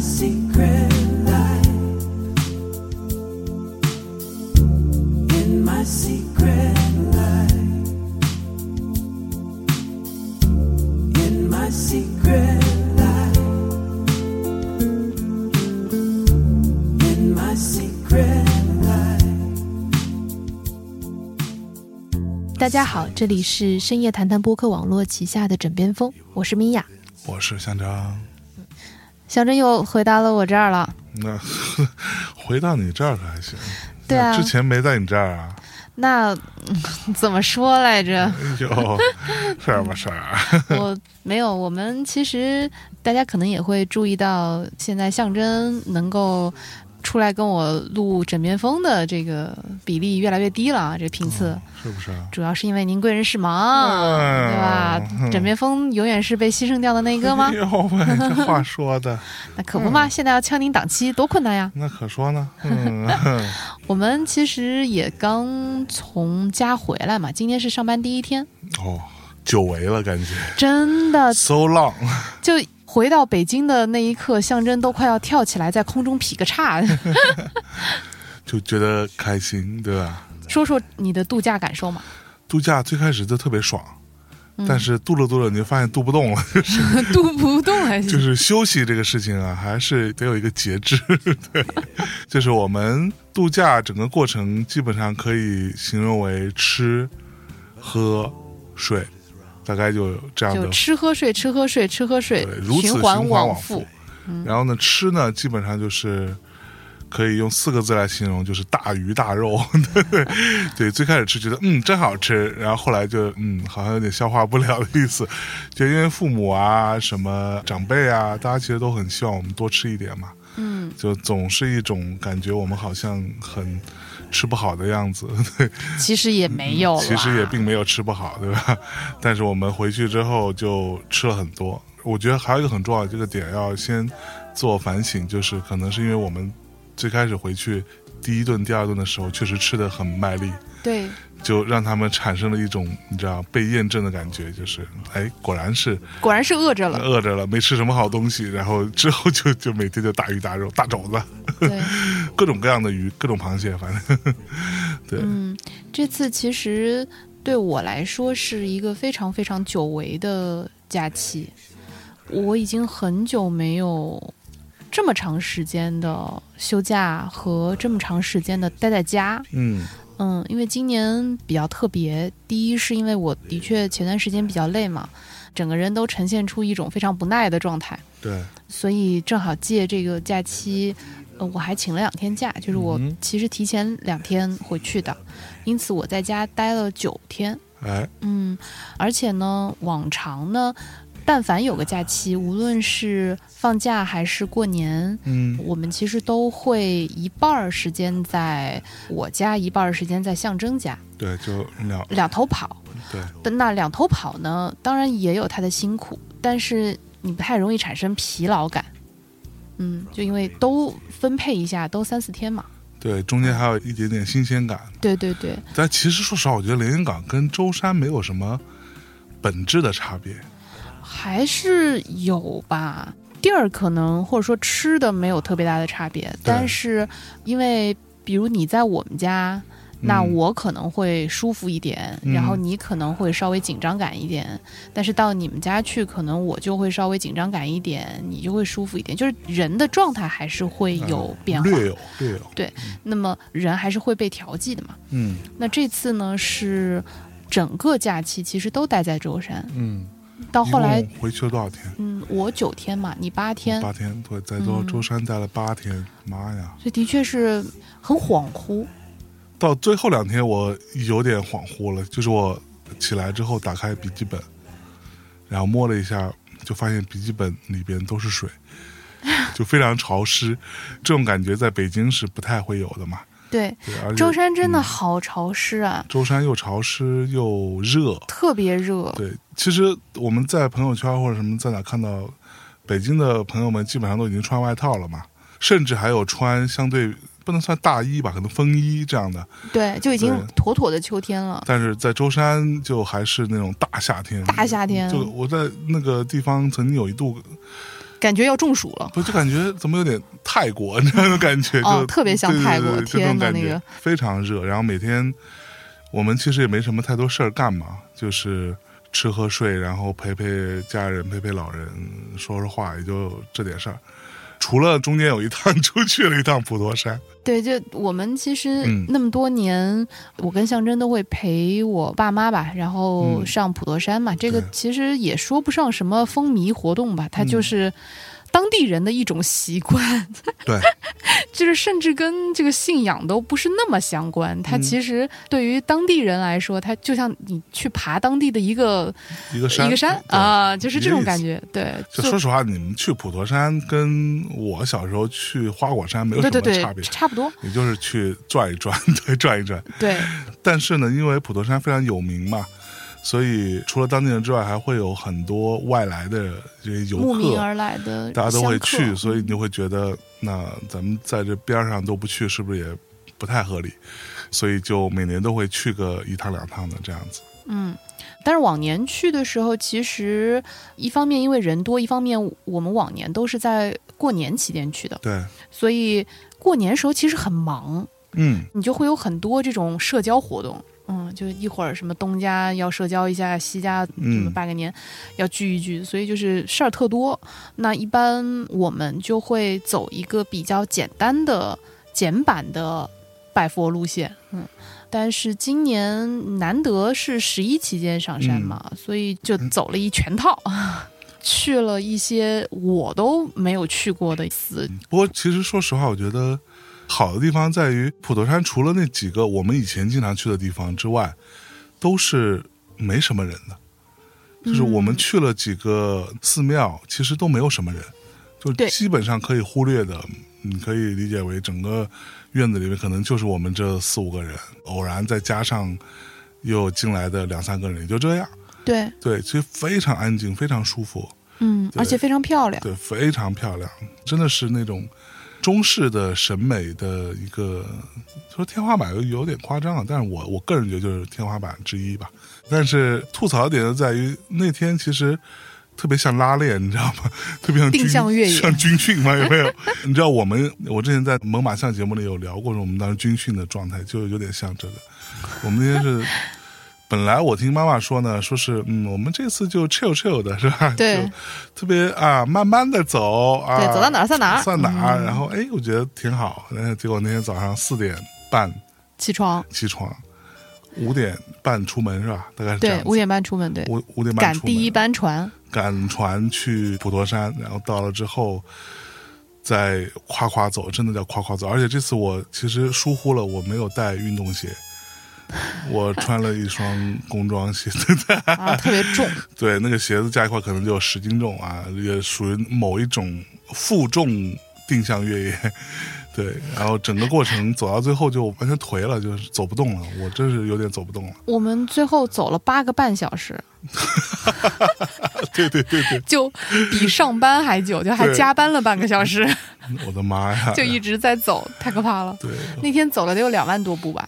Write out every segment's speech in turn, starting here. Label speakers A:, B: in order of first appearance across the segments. A: secret life. In my secret life. In my secret life. In my secret life.
B: 大家好，这里是深夜谈谈播客网络旗下的枕边风，我是米娅。
C: 我是象征。
B: 小珍又回到了我这儿了。
C: 那回到你这儿可还行？
B: 对啊
C: 那之前没在你这儿啊？
B: 那、嗯 怎么说来着？
C: 哎呦，是吧？是儿？啊
B: 我没有，我们其实大家可能也会注意到，现在象征能够出来跟我录枕边风的这个比例越来越低了，啊，这频次。
C: 是不是？
B: 主要是因为您贵人是忙，
C: 嗯
B: 对吧？枕边风永远是被牺牲掉的那一个吗
C: 哎？呦喂，这话说的，
B: 那可不嘛，现在要敲您档期多困难呀！
C: 那可说呢。 嗯，
B: 我们其实也刚从家回来嘛，今天是上班第一天，
C: 哦，久违了，感觉
B: 真的
C: so long。
B: 就回到北京的那一刻，象征都快要跳起来在空中劈个叉。
C: 就觉得开心，对吧？
B: 说说你的度假感受嘛？
C: 度假最开始就特别爽，
B: 嗯
C: 但是度着度着你就发现度不动了，
B: 度不动还
C: 就是是休息这个事情啊，还是得有一个节制。 对，就是我们度假整个过程基本上可以形容为吃、喝、睡，大概就这样
B: 就
C: 的。
B: 吃喝睡，吃喝睡，吃喝睡
C: 对，，如此
B: 循
C: 环
B: 往
C: 复。。然后呢，吃呢，基本上就是可以用四个字来形容，就是大鱼大肉。对对对，最开始吃觉得嗯真好吃，然后后来就嗯好像有点消化不了的意思，就因为父母啊什么长辈啊，大家其实都很希望我们多吃一点嘛。嗯，就总是一种感觉，我们好像很吃不好的样子。对，
B: 其实也没有啊啦
C: 其实也并没有吃不好，对吧？ 但是我们回去之后就吃了很多。我觉得还有一个很重要的这个点要先自我反省，就是可能是因为我们最开始回去第一顿、第二顿的时候，确实吃的很卖力，
B: 对，
C: 就让他们产生了一种你知道被验证的感觉，就是哎，果然是
B: 果然是饿着了。
C: 饿着了，没吃什么好东西，然后之后就就每天就大鱼大肉、大肘子，
B: 对，
C: 各种各样的鱼、各种螃蟹，反正对，
B: 嗯，这次其实对我来说是一个非常非常久违的假期，我已经很久没有这么长时间的休假和这么长时间的待在家。
C: 嗯
B: 嗯，因为今年比较特别，第一是因为我的确前段时间比较累嘛，整个人都呈现出一种非常不耐的状态。
C: 对，
B: 所以正好借这个假期，呃，我还请了两天假，就是我
C: 嗯
B: 其实提前两天回去的，因此我在家待了九天。
C: 哎，
B: 嗯，而且呢，往常呢，但凡有个假期，无论是放假还是过年，
C: 嗯
B: 我们其实都会一半儿时间在我家，一半儿时间在象征家，
C: 对，就两
B: 两头跑。
C: 对。
B: 但那两头跑呢，当然也有它的辛苦，但是你不太容易产生疲劳感。嗯，就因为都分配一下，都三四天嘛。
C: 对，中间还有一点点新鲜感。
B: 对对对，
C: 但其实说实话，我觉得连云港跟舟山没有什么本质的差别。
B: 还是有吧。地儿可能或者说吃的没有特别大的差别，但是因为比如你在我们家，那
C: 嗯
B: 我可能会舒服一点，
C: 嗯
B: 然后你可能会稍微紧张感一点，但是到你们家去，可能我就会稍微紧张感一点，你就会舒服一点，就是人的状态还是会有变化，
C: 嗯略有略有，
B: 那么人还是会被调剂的嘛。
C: 嗯
B: 那这次呢是整个假期其实都待在舟山，
C: 嗯。
B: 到哦后来
C: 一。共回去了多少天？
B: 嗯，我九天嘛，你八天，
C: 八天。对，在舟
B: 嗯
C: 舟山待了八天，妈呀！
B: 所以的确是很恍惚。
C: 到最后两天我有点恍惚了，就是我起来之后打开笔记本，然后摸了一下，就发现笔记本里边都 是水，就非常潮湿。这种感觉在北京是不太会有的嘛。
B: 对，
C: 对，而且
B: 舟山真的
C: 嗯
B: 好潮湿啊，
C: 舟山又潮湿又热。
B: 特别热。
C: 对，其实我们在朋友圈或者什么在哪看到，北京的朋友们基本上都已经穿外套了嘛，甚至还有穿相对不能算大衣吧，可能风衣这样的。
B: 对，就已经
C: 对
B: 妥妥的秋天了，
C: 但是在舟山就还是那种大夏天，
B: 大夏天。
C: 就我在那个地方曾经有一度。
B: 感觉要中暑了。
C: 不就感觉怎么有点泰国那种感觉，就、
B: 哦特别像
C: 对对
B: 泰国
C: 对对就这
B: 天
C: 种
B: 哪
C: 感觉
B: 那个
C: 非常热。然后每天我们其实也没什么太多事儿干嘛，就是吃喝睡，然后陪陪家人、陪陪老人，说说话，也就这点事儿。除了中间有一趟出去了一趟普陀山，
B: 对，就我们其实
C: 嗯
B: 那么多年，我跟象征都会陪我爸妈吧，然后
C: 嗯
B: 上普陀山嘛。这个
C: 对
B: 其实也说不上什么风靡活动吧，它就
C: 嗯
B: 是当地人的一种习惯，
C: 对，
B: 就是甚至跟这个信仰都不是那么相关。它
C: 嗯
B: 其实对于当地人来说，它就像你去爬当地的一个
C: 一个山，
B: 一个山
C: 对。
B: 啊，就是
C: 一
B: 这
C: 个
B: 种
C: 意
B: 感
C: 思
B: 觉。对，
C: 就
B: 就
C: 说实话，你们去普陀山跟我小时候去花果山没有什
B: 对对
C: 么
B: 对
C: 差，别，
B: 差不多。
C: 也就是去转一转， 对，转一转。
B: 对，
C: 但是呢，因为普陀山非常有名嘛，所以除了当地人之外，还会有很多外来的这些 游
B: 慕名
C: 客，
B: 而来的
C: 大家都会
B: 香客
C: 去，所以你就会觉得，那咱们在这边上都不去，是不是也不太合理？所以就每年都会去个一趟两趟的这样子。
B: 嗯，但是往年去的时候，其实一方面因为人多，一方面我们往年都是在过年期间去的，
C: 对，
B: 所以过年时候其实很忙，
C: 嗯，
B: 你就会有很多这种社交活动。嗯，就一会儿什么东家要社交一下，西家什
C: 嗯
B: 么拜个年、要聚一聚，所以就是事儿特多。那一般我们就会走一个比较简单的、简版的拜佛路线，嗯。但是今年难得是十一期间上
C: 嗯
B: 山嘛，所以就走了一全套， 去了一些我都没有去过的寺。
C: 不过其实说实话，我觉得好的地方在于普陀山，除了那几个我们以前经常去的地方之外，都是没什么人的。就是我们
B: 嗯
C: 去了几个寺庙，其实都没有什么人，就
B: 对
C: 基本上可以忽略的，你可以理解为整个院子里面可能就是我们这四五个人，偶然再加上又进来的两三个人，也就这样。
B: 对，
C: 对，其实非常安静，非常舒服，
B: 嗯，
C: 对
B: 而且非常漂亮。
C: 对，非常漂亮，真的是那种中式的审美的一个，说天花板有有点夸张啊，但是我我个人觉得就是天花板之一吧。但是吐槽点就在于那天其实。特别像拉练，你知道吗？特别像
B: 定
C: 军
B: 向越野
C: 像军训吗？有没有？ 你知道我们，我之前在猛犸象节目里有聊过，我们当时军训的状态就有点像这个。 我们那天是，本来我听妈妈说呢，说是嗯，我们这次就 chill chill 的是吧？
B: 对
C: 就特别啊，慢慢的走啊，
B: 对，走到哪儿算哪儿，
C: 算哪儿。
B: 嗯
C: 然后哎，我觉得挺好。那结果那天早上四点半
B: 起床，
C: 起床，五点半出门是吧？大概是这样
B: 对，
C: 子。
B: 五点半出门，对，
C: 五五点半
B: 赶
C: 出门，
B: 第一班船，
C: 赶船去普陀山，然后到了之后。再夸夸走，真的叫夸夸走。而且这次我其实疏忽了，我没有带运动鞋，我穿了一双工装鞋，
B: 啊，特别重，
C: 对，那个鞋子加一块可能就有十斤重啊，也属于某一种负重定向越野。 对，然后整个过程走到最后就完全颓了，就是走不动了，我真是有点走不动了。
B: 我们最后走了八个半小时，
C: 对对对对，
B: 就比上班还久，就还
C: 对
B: 加班了半个小 时，
C: 我的妈呀！
B: 就一直在走，太可怕了。
C: 对
B: 那天走了得有两万多步吧，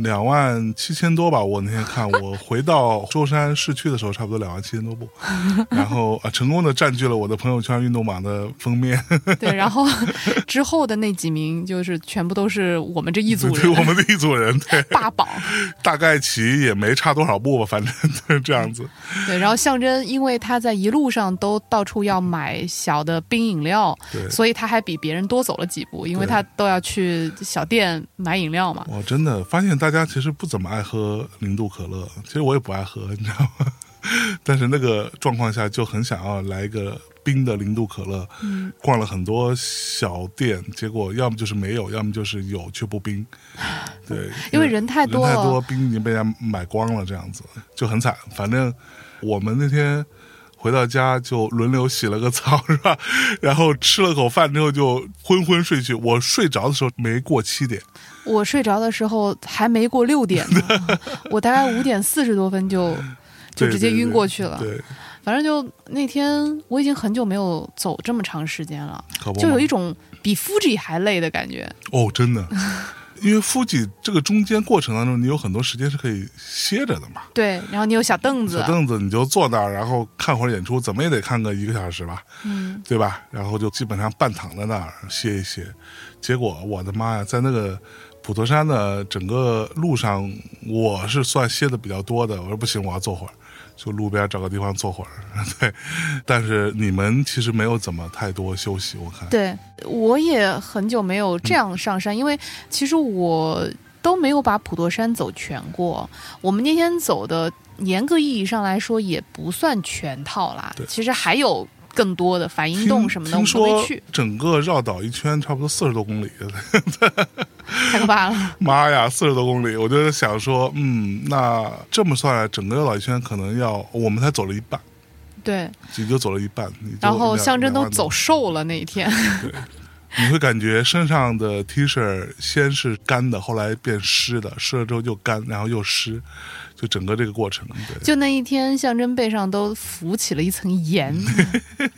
C: 两万七千多吧，我那天看，我回到舟山市区的时候，差不多两万七千 多步，然后啊，成功的占据了我的朋友圈运动榜的封面。
B: 对，然后 之后的那几名就是全部都是我们这一组
C: 对，我
B: 人
C: 们的一组人，对，
B: 霸榜，
C: 大概齐也没差多少步吧，反正就是这样子。
B: 对，然后象征因为他在一路上都到处要买小的冰饮料，
C: 对，
B: 所以他还比别人多走了几步，因为
C: 对
B: 他都要去小店买饮料嘛。
C: 我真的发现大家其实不怎么爱喝零度可乐，其实我也不爱喝，你知道吗？ 但是那个状况下就很想要来一个冰的零度可乐。
B: 嗯，
C: 逛了很多小店，结果要么就是没有，要么就是有却不冰。对，
B: 因为人太多
C: 人
B: 了，
C: 太多，冰已经被人家买光了，这样子就很惨。反正我们那天回到家就轮流洗了个澡， 是吧？然后吃了口饭之后就昏昏睡去。我睡着的时候没过七点。
B: 我睡着的时候还没过六点呢， 我大概五点四十多分就就
C: 对
B: 直接
C: 对
B: 晕
C: 对
B: 过去了。
C: 对，
B: 反正就那天我已经很久没有走这么长时间了，
C: 可不嘛
B: 就有一种比 Fuji 还累的感觉。
C: 哦，真的， 因为夫妻这个中间过程当中，你有很多时间是可以歇着的嘛。
B: 对，然后你有小凳子啊
C: 小，凳子你就坐那儿，然后看会儿演出，怎么也得看个一个小时吧，
B: 嗯，
C: 对吧？然后就基本上半躺在那儿歇一歇。结果我的妈呀，在那个普陀山的整个路上，我是算歇的比较多的。我说不行，我要坐会儿，就路边找个地方坐会儿。 对，但是你们其实没有怎么太多休息，我看。
B: 对，我也很久没有这样上山，因为其实我都没有把普陀山走全过。我们那天走的，严格意义上来说也不算全套啦
C: 对，
B: 其实还有更多的反应
C: 听
B: 洞什么的，我
C: 听
B: 们都
C: 说
B: 没去，
C: 整个绕岛一圈差不多四十多公里，
B: 太可怕了。
C: 妈呀，四十多公里！我就想说，嗯，那这么算来，整个绕岛一圈可能要我们才走了一半，
B: 对，
C: 也就走了一半。你就
B: 然后
C: 两
B: 象征
C: 两
B: 都
C: 万多
B: 走瘦了那一天，
C: 你会感觉身上的 T 恤先是干的，后来变湿的，湿了之后又干，然后又湿，就整个这个过程。对，
B: 就那一天，象征背上都浮起了一层盐，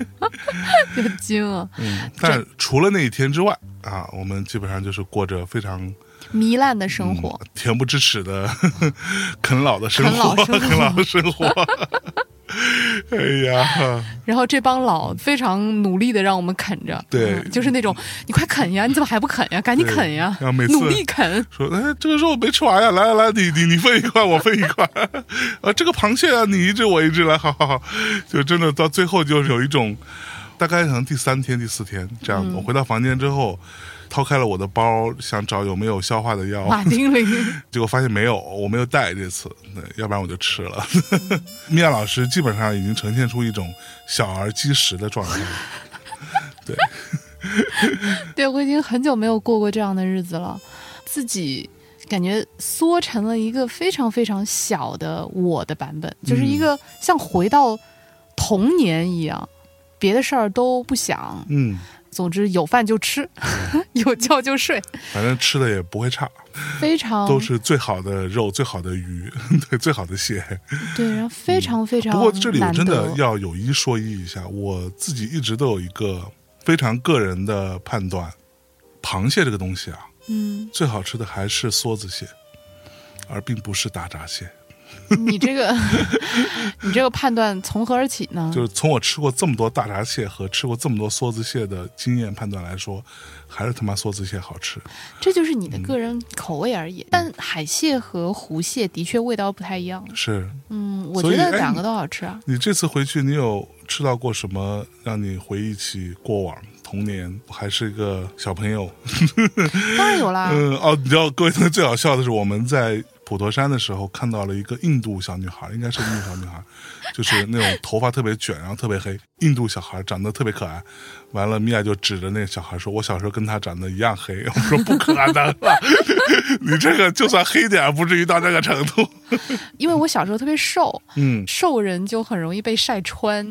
B: 就惊了，
C: 嗯，但除了那一天之外啊，我们基本上就是过着非常
B: 糜烂的生活。
C: 嗯恬不知耻的 啃老的生
B: 啃老
C: 活，
B: 生活
C: 啃老的 生活。哎呀，
B: 然后这帮老非常努力的让我们啃着，
C: 对
B: 嗯就是那种你快啃呀，你怎么还不啃呀？赶紧
C: 对
B: 啃呀
C: 然后每，次
B: 努力啃。
C: 说，哎，这个肉没吃完呀，来来来，你你你分一块，我分一块。 啊，这个螃蟹啊，你一只我一只，来，好好好。就真的到最后就是有一种，大概可能第三天、第四天这样子。
B: 嗯
C: 我回到房间之后，掏开了我的包，想找有没有消化的药，
B: 马丁林，
C: 结果发现没有，我没有带这次，对要不然我就吃了。 米娅老师基本上已经呈现出一种小儿积食的状态。
B: 对我已经很久没有过过这样的日子了，自己感觉缩成了一个非常非常小的我的版本，就是
C: 嗯
B: 一个像回到童年一样，别的事儿都不想，
C: 嗯，
B: 总之有饭就吃， 有觉就睡，
C: 反正吃的也不会差，
B: 非常
C: 都是最好的肉、最好的鱼、 对最好的蟹。
B: 对，然后非常非常
C: 嗯不过这里我
B: 难
C: 真的
B: 得
C: 要有一说一一下，我自己一直都有一个非常个人的判断，螃蟹这个东西啊，
B: 嗯，
C: 最好吃的还是梭子蟹，而并不是大闸蟹。
B: 你这 个，你这个判断从何而起呢？
C: 就是从我吃过这么多大闸蟹和吃过这么多梭子蟹的经验判断来说，还是他妈梭子蟹好吃。
B: 这就是你
C: 嗯
B: 的个人口味而已。但海蟹和湖蟹的确味道不太一样。
C: 是
B: 嗯，我
C: 所
B: 觉
C: 以
B: 得
C: 哎
B: 两个都好吃啊。
C: 你这次回去，你有吃到过什么让你回忆起过往童年，还是一个小朋友
B: 当然有啦，
C: 嗯，哦，你知道各位最好笑的是，我们在普陀山的时候看到了一个印度小女孩，应该是印度小女孩，就是那种头发特别卷，然后特别黑，印度小孩长得特别可爱。完了，米娅就指着那个小孩说：“我小时候跟她长得一样黑。”我说：“不可能了， 你这个就算黑点儿，不至于到这个程度。
B: 因为我小时候特别瘦，”
C: 嗯
B: 瘦人就很容易被晒 穿，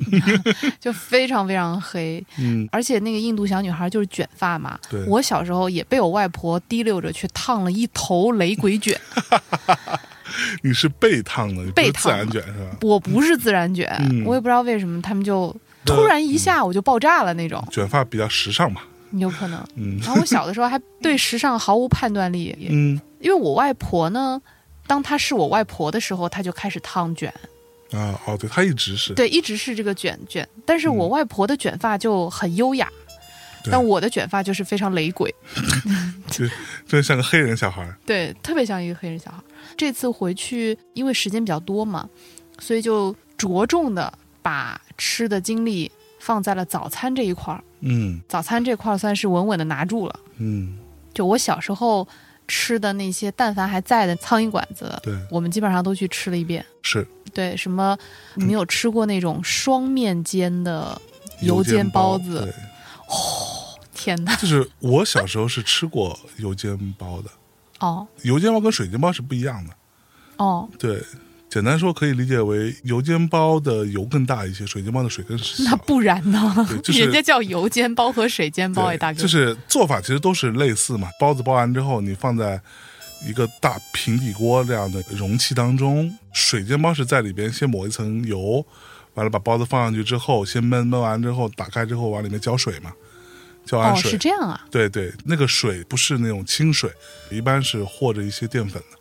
B: 就非常非常黑。
C: 嗯，
B: 而且那个印度小女孩就是卷发嘛
C: 对，
B: 我小时候也被我外婆提溜着去烫了一头雷鬼卷，
C: 你是被烫的，你不
B: 被
C: 是
B: 烫
C: 自然
B: 的
C: 卷是吧？
B: 我不是自然卷，
C: 嗯
B: 我也不知道为什么他们就
C: 那
B: 突然一下我就爆炸了那种，
C: 卷发比较时尚嘛。
B: 有可能。
C: 嗯
B: 然后我小的时候还对时尚毫无判断力，
C: 嗯
B: 因为我外婆呢，当她是我外婆的时候，她就开始烫卷，
C: 啊哦，对，她一直是
B: 对，一直是这个卷卷。但是我外婆的卷发就很优雅，
C: 对
B: 但我的卷发就是非常雷鬼，
C: 真像个黑人小孩儿。
B: 对，特别像一个黑人小孩。这次回去，因为时间比较多嘛，所以就着重的把吃的精力放在了早餐这一块儿。
C: 嗯
B: 早餐这块儿算是稳稳的拿住了。
C: 嗯，
B: 就我小时候吃的那些，但凡还在的苍蝇馆子，
C: 对，
B: 我们基本上都去吃了一遍。
C: 是。
B: 对，什么你们有吃过那种双面煎的油煎包子？
C: 对，
B: 天哪！
C: 就是我小时候是吃过油煎包的，
B: 哦
C: 油煎包跟水煎包是不一样的。
B: 哦，
C: 对，简单说可以理解为油煎包的油更大一些，水煎包的水 更
B: 那
C: 小。
B: 不然呢？
C: 对就是
B: 人家叫油煎包和水煎包哎，
C: 对，
B: 大哥。
C: 就是做法其实都是类似嘛。包子包完之后，你放在一个大平底锅这样的容器当中，水煎包是在里边先抹一层油，完了把包子放上去之后，先焖焖完之后打开之后往里面浇水嘛，胶
B: 哦，
C: 安水。
B: 是这样啊，
C: 对对，那个水不是那种清水，一般是和着一些淀粉的，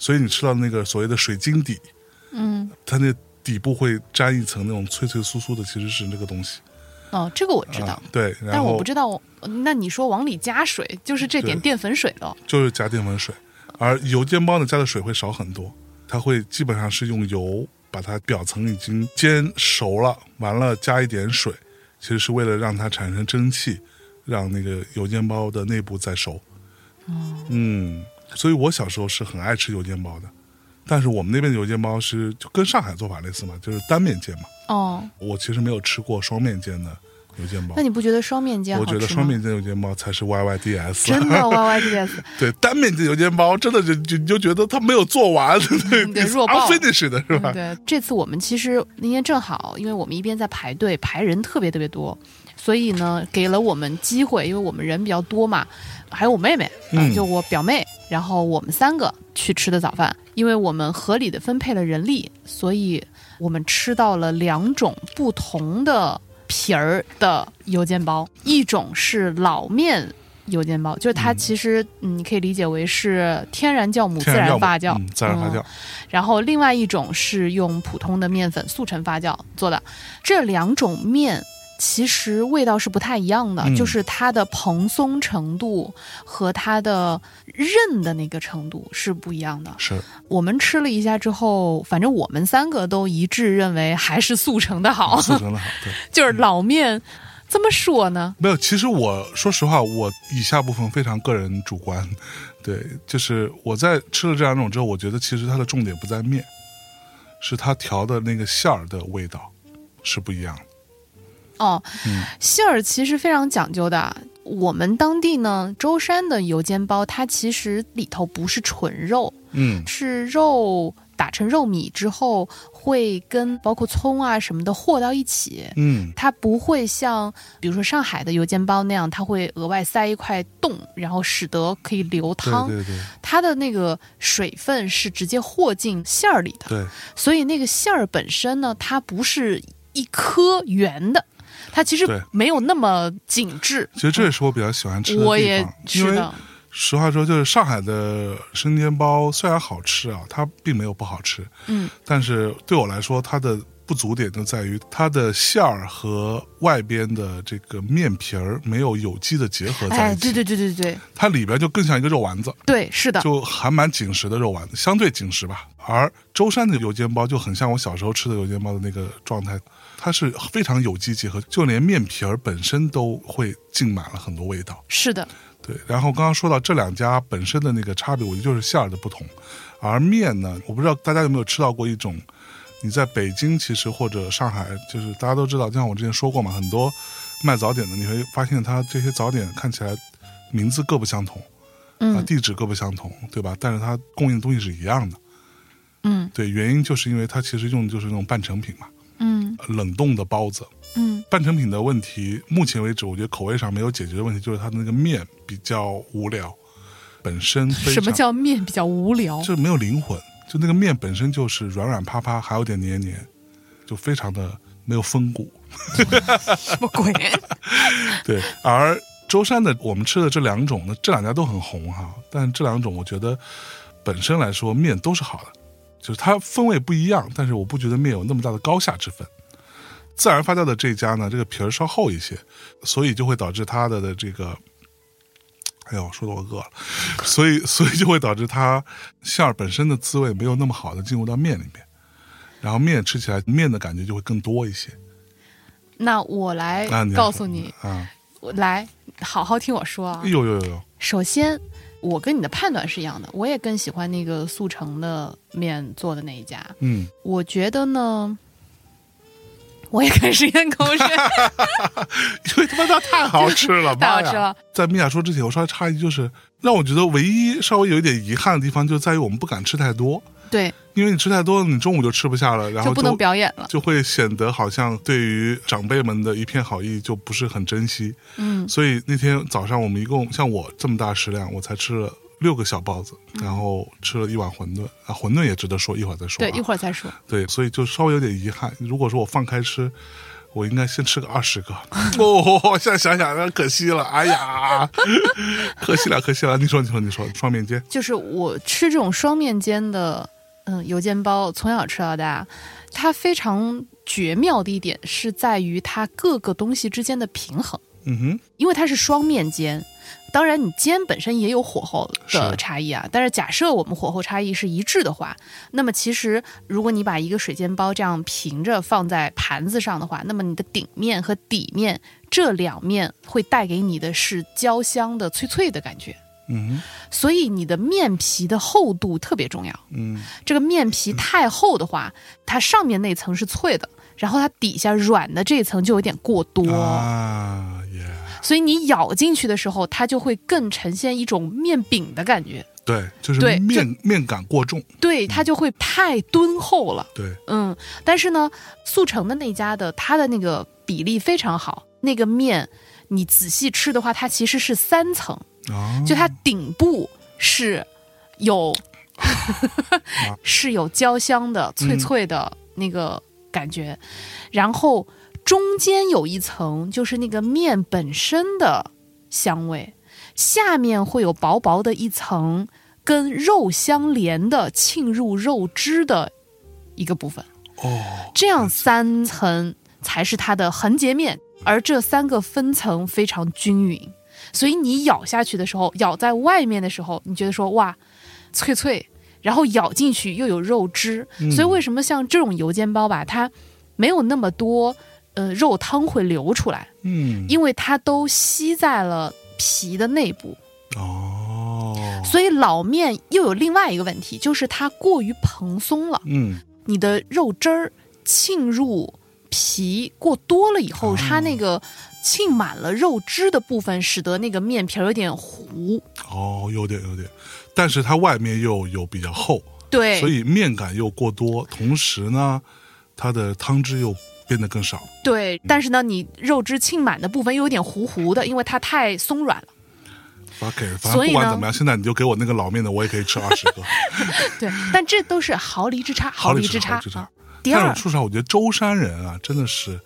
C: 所以你吃到那个所谓的水晶底，
B: 嗯，
C: 它那底部会沾一层那种脆脆酥酥的，其实是那个东西。
B: 哦，这个我知道
C: 啊，、对，然
B: 但
C: 后
B: 我不知道，那你说往里加水，就是这点
C: 对
B: 淀粉水了，
C: 就是加淀粉水，而油煎包呢加的水会少很多，它会基本上是用油把它表层已经煎熟了，完了加一点水，其实是为了让它产生蒸汽，让那个油煎包的内部再熟。
B: 哦
C: 嗯，所以我小时候是很爱吃油煎包的，但是我们那边的油煎包是就跟上海做法类似嘛，就是单面煎嘛。
B: 哦，
C: 我其实没有吃过双面煎的油煎包
B: 那，你不觉得双面煎好
C: 我
B: 吃吗？
C: 觉得双面煎油煎包才是 Y Y D S。
B: 真的 Y Y D S，
C: 对单面煎油煎包，真的就就你就觉得他没有做完， 对
B: 嗯对弱爆嗯
C: unfinished 的是吧？
B: 对，这次我们其实那天正好，因为我们一边在排队排人特别特别多，所以呢给了我们机会，因为我们人比较多嘛，还有我妹妹，啊
C: 嗯
B: 就我表妹，然后我们三个去吃的早饭，因为我们合理的分配了人力，所以我们吃到了两种不同的皮儿的油煎包，一种是老面。油煎包就是它，其实嗯，你可以理解为是天然酵母自
C: 天然酵
B: 然
C: 母
B: 发酵
C: 嗯，自然发
B: 嗯
C: 酵，
B: 然后另外一种是用普通的面粉速成发酵做的。这两种面其实味道是不太一样的，
C: 嗯
B: 就是它的蓬松程度和它的韧的那个程度是不一样的。
C: 是
B: 我们吃了一下之后，反正我们三个都一致认为还是速成的 好，
C: 速成的好。对，
B: 就是老面。这么说呢？
C: 没有。其实我说实话，我以下部分非常个人主观，对，就是我在吃了这两种之后，我觉得其实它的重点不在面，是它调的那个馅儿的味道是不一样的。
B: 哦，
C: 嗯
B: 馅儿其实非常讲究的。我们当地呢，舟山的油煎包，它其实里头不是纯肉，
C: 嗯
B: 是肉打成肉米之后，会跟包括葱啊什么的和到一起。
C: 嗯
B: 它不会像比如说上海的油煎包那样，它会额外塞一块冻，然后使得可以流
C: 对
B: 汤。
C: 对对
B: 它的那个水分是直接和进馅儿里的，
C: 对，
B: 所以那个馅儿本身呢，它不是一颗圆的，它其
C: 对
B: 实没有那么紧致。
C: 其实这也是我比较喜欢吃的地方，
B: 我也
C: 因
B: 是
C: 为
B: 的，
C: 实话说，就是上海的生煎包虽然好吃啊，它并没有不好吃，
B: 嗯，
C: 但是对我来说，它的不足点就在于它的馅儿和外边的这个面皮儿没有有机的结合在
B: 哎，
C: 一起，
B: 对啊对对对对
C: 它里边就更像一个肉丸子，
B: 对，是的，
C: 就还蛮紧实的肉丸子，相对紧实吧。而舟山的油煎包就很像我小时候吃的油煎包的那个状态，它是非常有机结合，就连面皮儿本身都会浸满了很多味道。
B: 是的，
C: 对，然后刚刚说到这两家本身的那个差别，我觉得就是馅儿的不同，而面呢，我不知道大家有没有吃到过一种，你在北京其实或者上海，就是大家都知道，就像我之前说过嘛，很多卖早点的，你会发现它这些早点看起来名字各不相同，啊，
B: 嗯
C: 地址各不相同，对吧？但是它供应的东西是一样的，
B: 嗯
C: 对，原因就是因为它其实用的就是那种半成品嘛，
B: 嗯
C: 冷冻的包子，
B: 嗯，
C: 半成品的问题，目前为止我觉得口味上没有解决的问题，就是它的那个面比较无聊，本身非
B: 什么
C: 常
B: 叫面比较无聊？
C: 就是没有灵魂，就那个面本身就是软软趴趴，还有点黏黏，就非常的没有风骨。
B: 什么鬼？
C: 对，而舟山的我们吃的这两种呢，这两家都很红哈，但这两种我觉得本身来说面都是好的，就是它风味不一样，但是我不觉得面有那么大的高下之分。自然发酵的这一家呢，这个皮儿稍厚一些，所以就会导致它的的这个，哎呦，说的我饿了，所以 所以就会导致它馅儿本身的滋味没有那么好的进入到面里面，然后面吃起来面的感觉就会更多一些
B: 那我 来
C: 啊你来
B: 告
C: 说
B: 诉你，
C: 啊。
B: 我来好好听我说啊
C: 哎。呦呦呦呦，
B: 首先，我跟你的判断是一样的，我也更喜欢那个速成的面做的那一家。
C: 嗯，
B: 我觉得呢，我也开始咽 口水，
C: 因为他妈它太好吃 了，
B: 太好
C: 妈呀
B: 吃了。
C: 在米娅说之前，我稍微插一句，就是让我觉得唯一稍微有一点遗憾的地方，就在于我们不敢吃太多，
B: 对，
C: 因为你吃太多，你中午就吃不下了，然后
B: 就
C: 就
B: 不能表演了。
C: 就会显得好像对于长辈们的一片好意就不是很珍惜。
B: 嗯
C: 所以那天早上我们一共像我这么大食量，我才吃了六个小包子，然后吃了一碗馄饨啊，馄饨也值得说，一会儿再说、啊。
B: 对，一会儿再说。
C: 对，所以就稍微有点遗憾。如果说我放开吃，我应该先吃个二十 个。哦，现在想想那可惜了，哎呀， 可惜了，可惜了。你说，你说，你说，双面煎，
B: 就是我吃这种双面煎的，嗯，油煎包，从小吃到大，它非常绝妙的一点是在于它各个东西之间的平衡，
C: 嗯哼，
B: 因为它是双面煎。当然，你煎本身也有火候的
C: 是
B: 差异啊。但是假设我们火候差异是一致的话，那么其实如果你把一个水煎包这样平着放在盘子上的话，那么你的顶面和底面这两面会带给你的是焦香的脆脆的感觉。
C: 嗯
B: 所以你的面皮的厚度特别重要。
C: 哼，嗯，
B: 这个面皮太厚的话，它上面那层是脆的，然后它底下软的这一层就有点过多，
C: 啊耶，
B: 所以你咬进去的时候，它就会更呈现一种面饼的感觉。
C: 对，就是
B: 对
C: 面面感过重，
B: 对，它就会太敦厚了。
C: 对，
B: 嗯，但是呢，速成的那家的它的那个比例非常好，那个面你仔细吃的话，它其实是三层，
C: 啊，
B: 就它顶部是有是有焦香的、脆脆的那个感觉，然后中间有一层就是那个面本身的香味，下面会有薄薄的一层跟肉相连的沁入肉汁的一个部分，
C: 哦，
B: 这样三层才是它的横截面，而这三个分层非常均匀，所以你咬下去的时候，咬在外面的时候，你觉得说哇，脆脆，然后咬进去又有肉汁，所以为什么像这种油煎包吧，它没有那么多呃肉汤会流出来，
C: 嗯，
B: 因为它都吸在了皮的内部。
C: 嗯哦，
B: 所以老面又有另外一个问题，就是它过于蓬松了。
C: 嗯，
B: 你的肉汁儿沁入皮过多了以后，
C: 哦
B: 它那个沁满了肉汁的部分，使得那个面皮儿有点糊。
C: 哦，有点有点，但是它外面又有比较厚，
B: 对，
C: 所以面感又过多，同时呢，它的汤汁又变得更少。
B: 对，但是呢，你肉汁沁满的部分又有点糊糊的，因为它太松软了。
C: OK，反
B: 所
C: 正
B: 以
C: 不
B: 呢
C: 管怎么样，现在你就给我那个老面的，我也可 以吃二十个，
B: 对，但这都是毫厘之差，毫
C: 好
B: 厘
C: 里吃
B: 差
C: 好里吃
B: 啊。第
C: 但
B: 二
C: 是，说实话，我觉得舟山人啊，真的是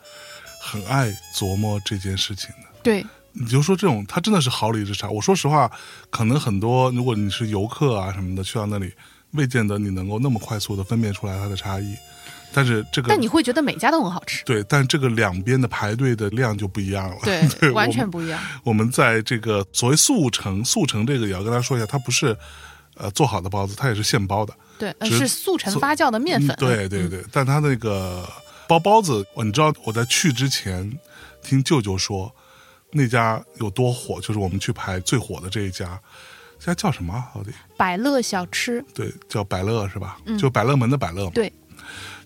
C: 很爱琢磨这件事情的。
B: 对
C: 你就说这种，它真的是毫厘之差。我说实话，可能很多如果你是游客啊什么的去到那里，未见得你能够那么快速的分辨出来它的差异。但是这个
B: 但你会觉得每家都很好 吃，
C: 对，但这个两边的排队的量就不一样了。
B: 对
C: 对，
B: 完
C: 我
B: 全
C: 们
B: 不一样。
C: 我们在这个所谓速成，速成这个也要跟大家说一下，它不是呃做好的包子，它也是现包的。
B: 对，呃
C: 只
B: 是速成
C: 速
B: 发酵的面粉。
C: 嗯对对对，但它那个包包子，我你知道我在去之前听舅舅说那家有多火，就是我们去排最火的这一家，这家叫什么啊？到底
B: 百乐小吃，
C: 对，叫百乐是吧？就百乐门的百乐嘛。
B: 嗯对，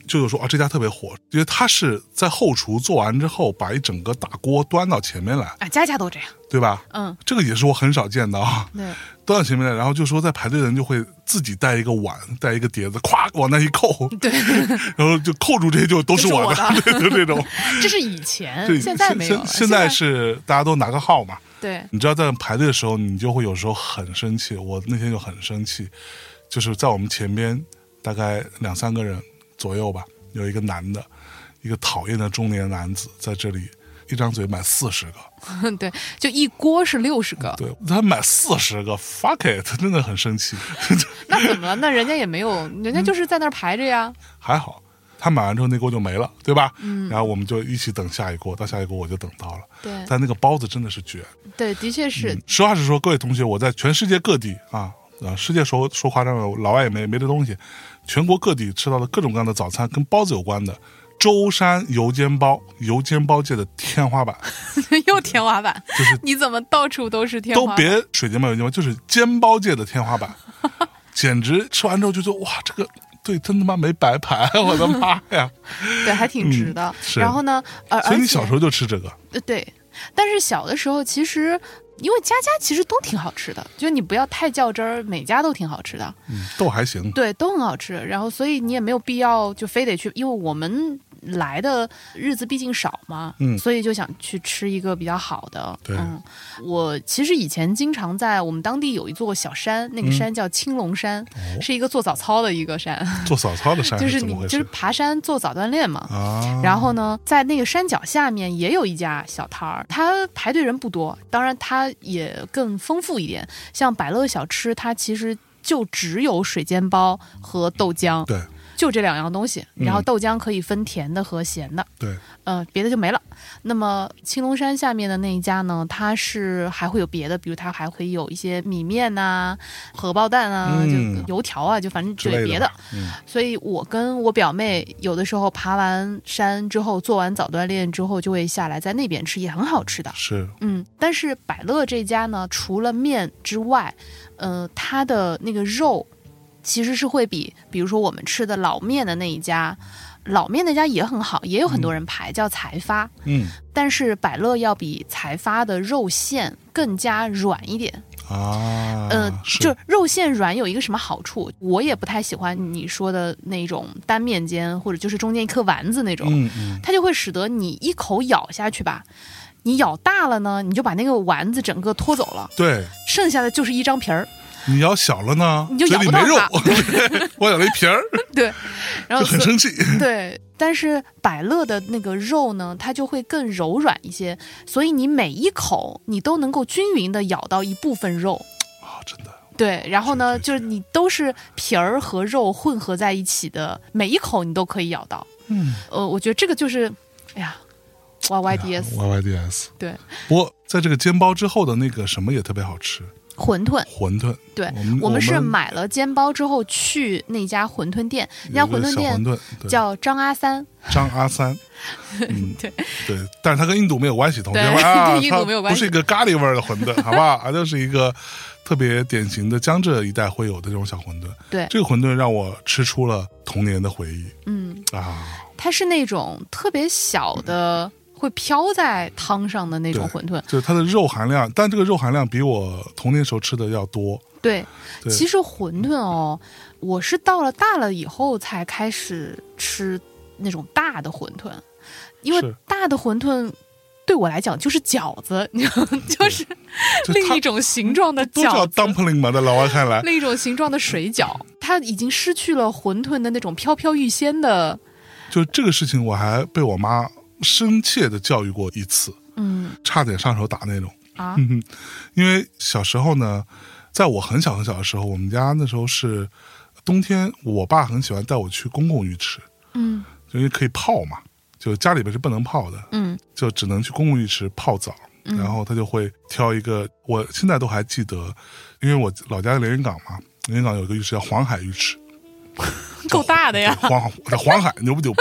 C: 舅舅说啊，这家特别火，因为他是在后厨做完之后，把一整个大锅端到前面来，
B: 啊，家家都这样。
C: 对吧？
B: 嗯，
C: 这个也是我很少见的啊。
B: 对，
C: 端到前面来，然后就说在排队的人就会自己带一个碗，带一个碟子，咵往那一扣，
B: 对，
C: 然后就扣住这些就都是我的，
B: 都
C: 对，就这种。
B: 这是以前
C: 对，，
B: 现在没有了。
C: 现在是大家都拿个号嘛。
B: 对
C: 你知道在排队的时候，你就会有时候很生气。我那天就很生气，就是在我们前边大概两三个人左右吧，有一个男的，一个讨厌的中年男子在这里一张嘴买四十个，
B: 对，就一锅是六十个，
C: 对他买四十个，fuck it，真的很生气。
B: 那怎么了？那人家也没有，人家就是在那儿排着呀。
C: 还好，他买完之后那锅就没了，对吧？嗯，然后我们就一起等下一锅，到下一锅我就等到了。
B: 对
C: 但那个包子真的是绝。
B: 对，的确是
C: 嗯，实话实说，各位同学，我在全世界各地啊啊，世界说说夸张了，老外也没没这东西，全国各地吃到的各种各样的早餐跟包子有关的。舟山油煎包，油煎包界的天花板，
B: 又天花板。
C: 嗯就是
B: 你怎么到处都是天
C: 都
B: 花板？
C: 别水煎包、油煎包，就是煎包界的天 花板，简直吃完之后就说哇，这个对，真他妈没白排，我的妈呀！
B: 对，还挺值的。
C: 嗯是
B: 然后呢， 而
C: 所
B: 而
C: 以
B: 且
C: 你小时候就吃这个，
B: 呃对，但是小的时候其实。因为家家其实都挺好吃的，就你不要太较真儿，每家都挺好吃的。
C: 嗯，都还行。
B: 对，都很好吃。然后，所以你也没有必要就非得去，因为我们来的日子毕竟少嘛，
C: 嗯
B: 所以就想去吃一个比较好的。
C: 对
B: 嗯，我其实以前经常在我们当地有一座小山，那个
C: 嗯
B: 山叫青龙山，是一个做早操的一个山，
C: 做早操的山
B: 就是
C: 哦哎怎
B: 你
C: 么回
B: 就是
C: 事？
B: 爬山做早锻炼嘛。
C: 啊，
B: 然后呢，在那个山脚下面也有一家小摊儿，它排队人不多，当然它也更丰富一点。像百乐小吃，它其实就只有水煎包和豆浆，
C: 对
B: 就这两样东西。
C: 嗯
B: 然后豆浆可以分甜的和咸的，
C: 对，
B: 呃，别的就没了。那么青龙山下面的那一家呢，它是还会有别的，比如它还会有一些米面呐、荷包蛋啊、
C: 嗯
B: 就油条啊，就反正
C: 之
B: 对
C: 类
B: 别
C: 的
B: 的
C: 吧。嗯
B: 所以我跟我表妹有的时候爬完山之后，做完早锻炼之后，就会下来在那边吃，也很好吃的。
C: 是
B: 嗯，但是百乐这家呢，除了面之外，呃，它的那个肉其实是会比，比如说我们吃的老面的那一家，老面那家也很好，也有很多人排，叫财发。
C: 嗯
B: 但是百乐要比财发的肉馅更加软一点，
C: 啊，
B: 呃，
C: 是
B: 就是肉馅软有一个什么好处？我也不太喜欢你说的那种单面煎，或者就是中间一颗丸子那种，
C: 嗯嗯，
B: 它就会使得你一口咬下去吧，你咬大了呢，你就把那个丸子整个拖走了，
C: 对
B: 剩下的就是一张皮儿。
C: 你咬小了呢，
B: 你就
C: 嘴
B: 咬
C: 里
B: 不
C: 没
B: 到
C: 肉
B: 它，
C: 我咬了一皮儿，
B: 对， 然后
C: 就很
B: 所
C: 生气。
B: 对，但是百乐的那个肉呢，它就会更柔软一些，所以你每一口你都能够均匀的咬到一部分肉。
C: 啊，真的，
B: 对，然后呢，
C: 是是
B: 就是你都是皮儿和肉混合在一起的，每一口你都可以咬到。
C: 嗯
B: 呃，我觉得这个就是，哎呀，YYDS、
C: Y Y D S。
B: 对
C: 不过在这个煎包之后的那个什么也特别好吃，
B: 馄饨。
C: 馄饨。
B: 对
C: 我们
B: 我们是
C: 我们
B: 买了煎包之后去那家馄饨店，那家
C: 有一个
B: 馄饨
C: 小
B: 店
C: 馄饨对
B: 叫张阿三，
C: 张 阿三，嗯，
B: 对
C: 对，但是它跟印度没有关系，同学
B: 对
C: 们 啊，
B: 跟印度
C: 它
B: 没有关系
C: 不是一个咖喱味儿的馄饨， 好不好？它就是一个特别典型的江浙一带会有的这种小馄饨。
B: 对
C: 这个馄饨让我吃出了童年的回忆
B: 嗯，
C: 啊，
B: 它是那种特别小的，会飘在汤上的那种
C: 嗯对
B: 馄饨。
C: 就是它的肉含量，但这个肉含量比我童年时候吃的要多。
B: 对，
C: 对
B: 其实馄饨哦，我是到了大了以后才开始吃那种大的馄饨，因为
C: 是
B: 大的馄饨对我来讲就是饺子， 你知道吗，就是
C: 就
B: 另
C: 它
B: 一种形状的
C: 都
B: 嗯饺
C: 叫
B: 子。
C: dumpling 嘛，在老外看来，
B: 另一种形状的水饺，它已经失去了馄饨的那种飘飘欲仙的，
C: 就这个事情，我还被我妈深切的教育过一次，
B: 嗯
C: 差点上手打那种。
B: 啊，
C: 因为小时候呢，在我很小很小的时候，我们家那时候是冬天，我爸很喜欢带我去公共浴池，
B: 嗯
C: 就因为可以泡嘛，就家里边是不能泡的，
B: 嗯
C: 就只能去公共浴池泡澡。
B: 嗯
C: 然后他就会挑一个，我现在都还记得，因为我老家在连云港嘛，连云港有个浴池叫黄海浴池，
B: 够大的呀，
C: 黄 黄海牛不牛逼，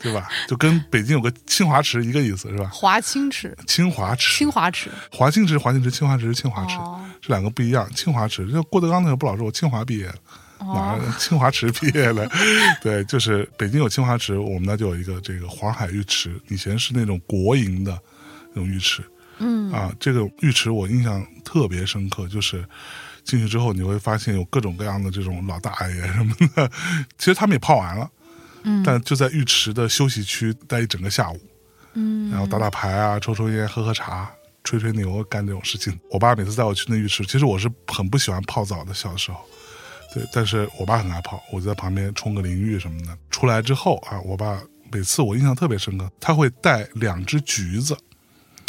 C: 对吧？就跟北京有个清华池一个意思是吧？
B: 华清池、
C: 清华池
B: 清、华池，
C: 华清池、华清池、清华池、清华池，
B: 哦
C: 这两个不一样。清华池，就郭德纲那个不老说，我清华毕业，哪
B: 哦
C: 儿清华池毕业的？ 对，就是北京有清华池，我们那就有一个这个黄海浴池，以前是那种国营的那种浴池。嗯啊，这个浴池我印象特别深刻，就是进去之后你会发现有各种各样的这种老大爷什么的，其实他们也泡完了，
B: 嗯
C: 但就在浴池的休息区待一整个下午，
B: 嗯
C: 然后打打牌啊，抽抽烟，喝喝茶，吹吹牛，干这种事情。我爸每次带我去那浴池，其实我是很不喜欢泡澡的，小的时候，对，但是我爸很爱泡，我就在旁边冲个淋浴什么的。出来之后啊，我爸每次我印象特别深刻，他会带两只橘子，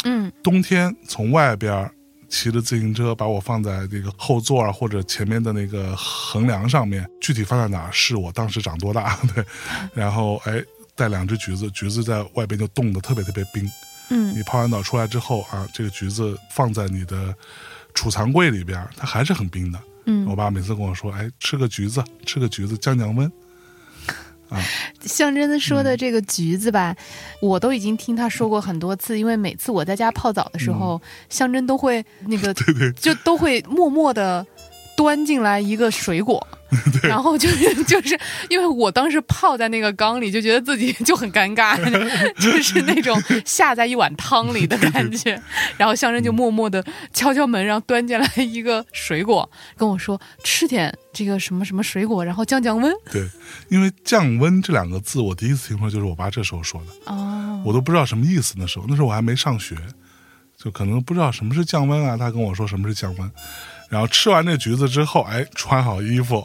B: 嗯
C: 冬天从外边儿骑着自行车把我放在这个后座啊或者前面的那个横梁上面，具体放在哪儿是我当时长多大对，
B: 嗯
C: 然后哎带两只橘子，橘子在外边就冻得特别特别冰。
B: 嗯
C: 你泡完澡出来之后啊，这个橘子放在你的储藏柜里边儿，它还是很冰的。我
B: 嗯，
C: 爸每次跟我说：“哎，吃个橘子，吃个橘子降降温。
B: 象征的说的这个橘子吧，我都已经听他说过很多次，因为每次我在家泡澡的时候，象征都会那个
C: 对对
B: 就都会默默的端进来一个水果，然后就是 就是因为我当时泡在那个缸里，就觉得自己就很尴尬，就是那种下在一碗汤里的感觉。然后象征就默默的敲敲门，然后端进来一个水果，跟我说吃点这个什么什么水果，然后降降温。
C: 对，因为降温这两个字，我第一次听说就是我爸这时候说的，
B: 哦，
C: 我都不知道什么意思。那时候，那时候我还没上学，就可能不知道什么是降温啊。他跟我说什么是降温，然后吃完这橘子之后，哎，穿好衣服，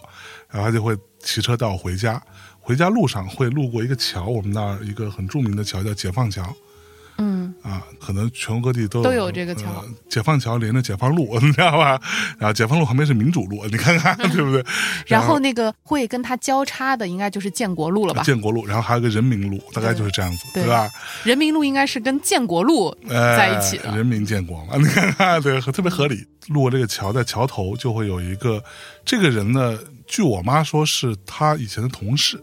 C: 然后他就会骑车带我回家。回家路上会路过一个桥，我们那儿一个很著名的桥叫解放桥
B: 嗯，
C: 啊，可能全国各地都
B: 都有这个桥
C: 呃解放桥连着解放路， 你知道吧？然后解放路旁边是民主路，你 看看对不对？
B: 然后那个会跟它交叉的应该就是建国路了吧？
C: 建国路，然后还有个人民路，大概就是这样子，
B: 对
C: 对吧？
B: 人民路应该是跟建国路
C: 呃
B: 在一起的。
C: 人民建国嘛， 你看看，对，特别合理。路过这个桥，在桥头就会有一个这个人呢，据我妈说是她以前的同事，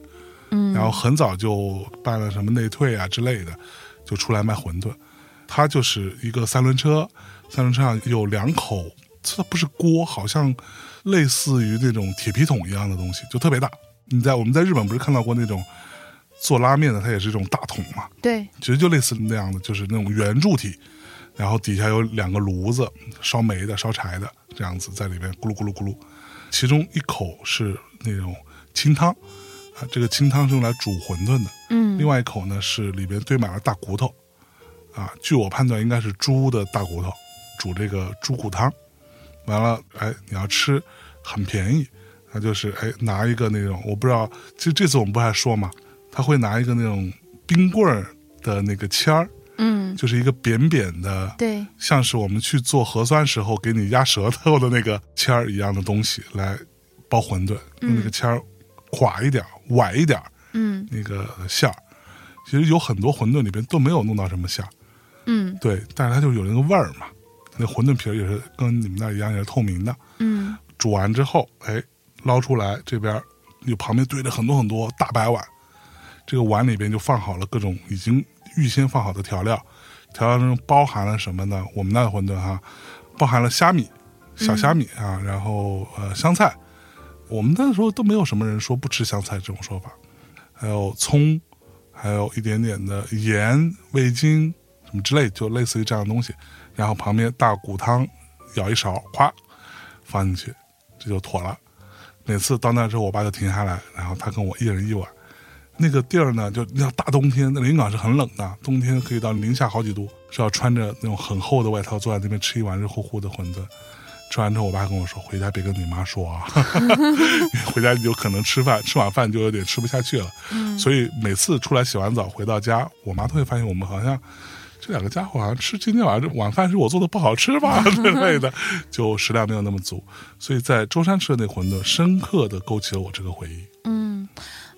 B: 嗯，
C: 然后很早就办了什么内退啊之类的，就出来卖馄饨。他就是一个三轮车，三轮车上有两口，它不是锅，好像类似于那种铁皮桶一样的东西，就特别大。你在我们在日本不是看到过那种做拉面的，它也是这种大桶嘛，
B: 对，
C: 其实就类似那样的，就是那种圆柱体，然后底下有两个炉子，烧煤的、烧柴的，这样子在里面咕噜咕噜咕噜。其中一口是那种清汤，啊，这个清汤是用来煮馄饨的；
B: 嗯
C: 另外一口呢是里边堆满了大骨头，啊，据我判断应该是猪的大骨头，煮这个猪骨汤。完了，哎，你要吃很便宜，那就是哎拿一个那种我不知道，就这次我们不还说嘛，他会拿一个那种冰棍儿的那个签儿，
B: 嗯，
C: 就是一个扁扁的，
B: 对，
C: 像是我们去做核酸时候给你压舌头的那个签儿一样的东西来包馄饨，用那个签儿垮一点儿、崴一点儿
B: 嗯
C: 那个馅儿。其实有很多馄饨里边都没有弄到什么馅儿，
B: 嗯
C: 对，但是它就有那个味儿嘛。那馄饨皮儿也是跟你们那儿一样，也是透明的。
B: 嗯
C: 煮完之后，哎，捞出来，这边儿有旁边堆着很多很多大白碗，这个碗里边就放好了各种已经预先放好的调料，调料中包含了什么呢？我们那儿的馄饨哈，包含了虾米、小虾米啊，然后呃香菜，我们那时候都没有什么人说不吃香菜这种说法，还有葱，还有一点点的盐、味精什么之类，就类似于这样的东西，然后旁边大骨汤舀一勺，咵放进去，这就妥了。每次到那之后，我爸就停下来，然后他跟我一人一碗。那个地儿呢，就你知道大冬天，那临港是很冷的，冬天可以到零下好几度，是要穿着那种很厚的外套坐在那边吃一碗热乎乎的馄饨。吃完之后，我爸跟我说：“回家别跟你妈说啊， 回家你就可能吃饭吃晚饭就有点吃不下去了。所以每次出来洗完澡回到家，我妈都会发现我们好像这两个家伙好像吃今天晚上这晚饭是我做的不好吃吧 之类的，就食量没有那么足。所以在舟山吃的那馄饨，深刻的勾起了我这个回忆。
B: 嗯。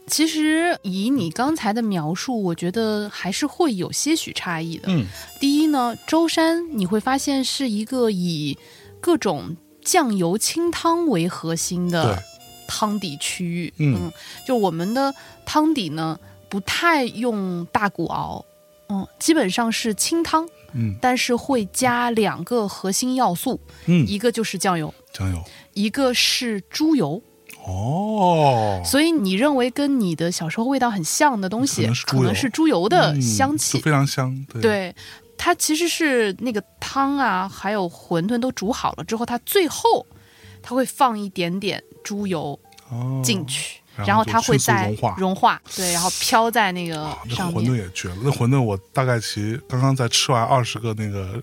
B: 其实以你刚才的描述，我觉得还是会有些许差异的。
C: 嗯，
B: 第一呢，舟山你会发现是一个以各种酱油清汤为核心
C: 对
B: 的，汤底区域。
C: 嗯
B: 就我们的汤底呢，不太用大骨熬，嗯，基本上是清汤，
C: 嗯
B: 但是会加两个核心要素，
C: 嗯，
B: 一个就是酱油，
C: 酱油
B: 一个是猪油。
C: 哦，
B: 所以你认为跟你的小时候味道很像的东西
C: 可能是，猪
B: 可
C: 油
B: 能是猪油的香气
C: 嗯、就。非常香。对，
B: 对，它其实是那个汤啊，还有馄饨都煮好了之后，它最后它会放一点点猪油
C: 哦、
B: 进去，嗯
C: 然后
B: 然后
C: 就
B: 它会
C: 迅速
B: 再
C: 融化
B: 对，然后飘在那个
C: 啊那
B: 上
C: 馄饨
B: 面。
C: 也绝了，那馄饨我大概其刚刚在吃完二十个那个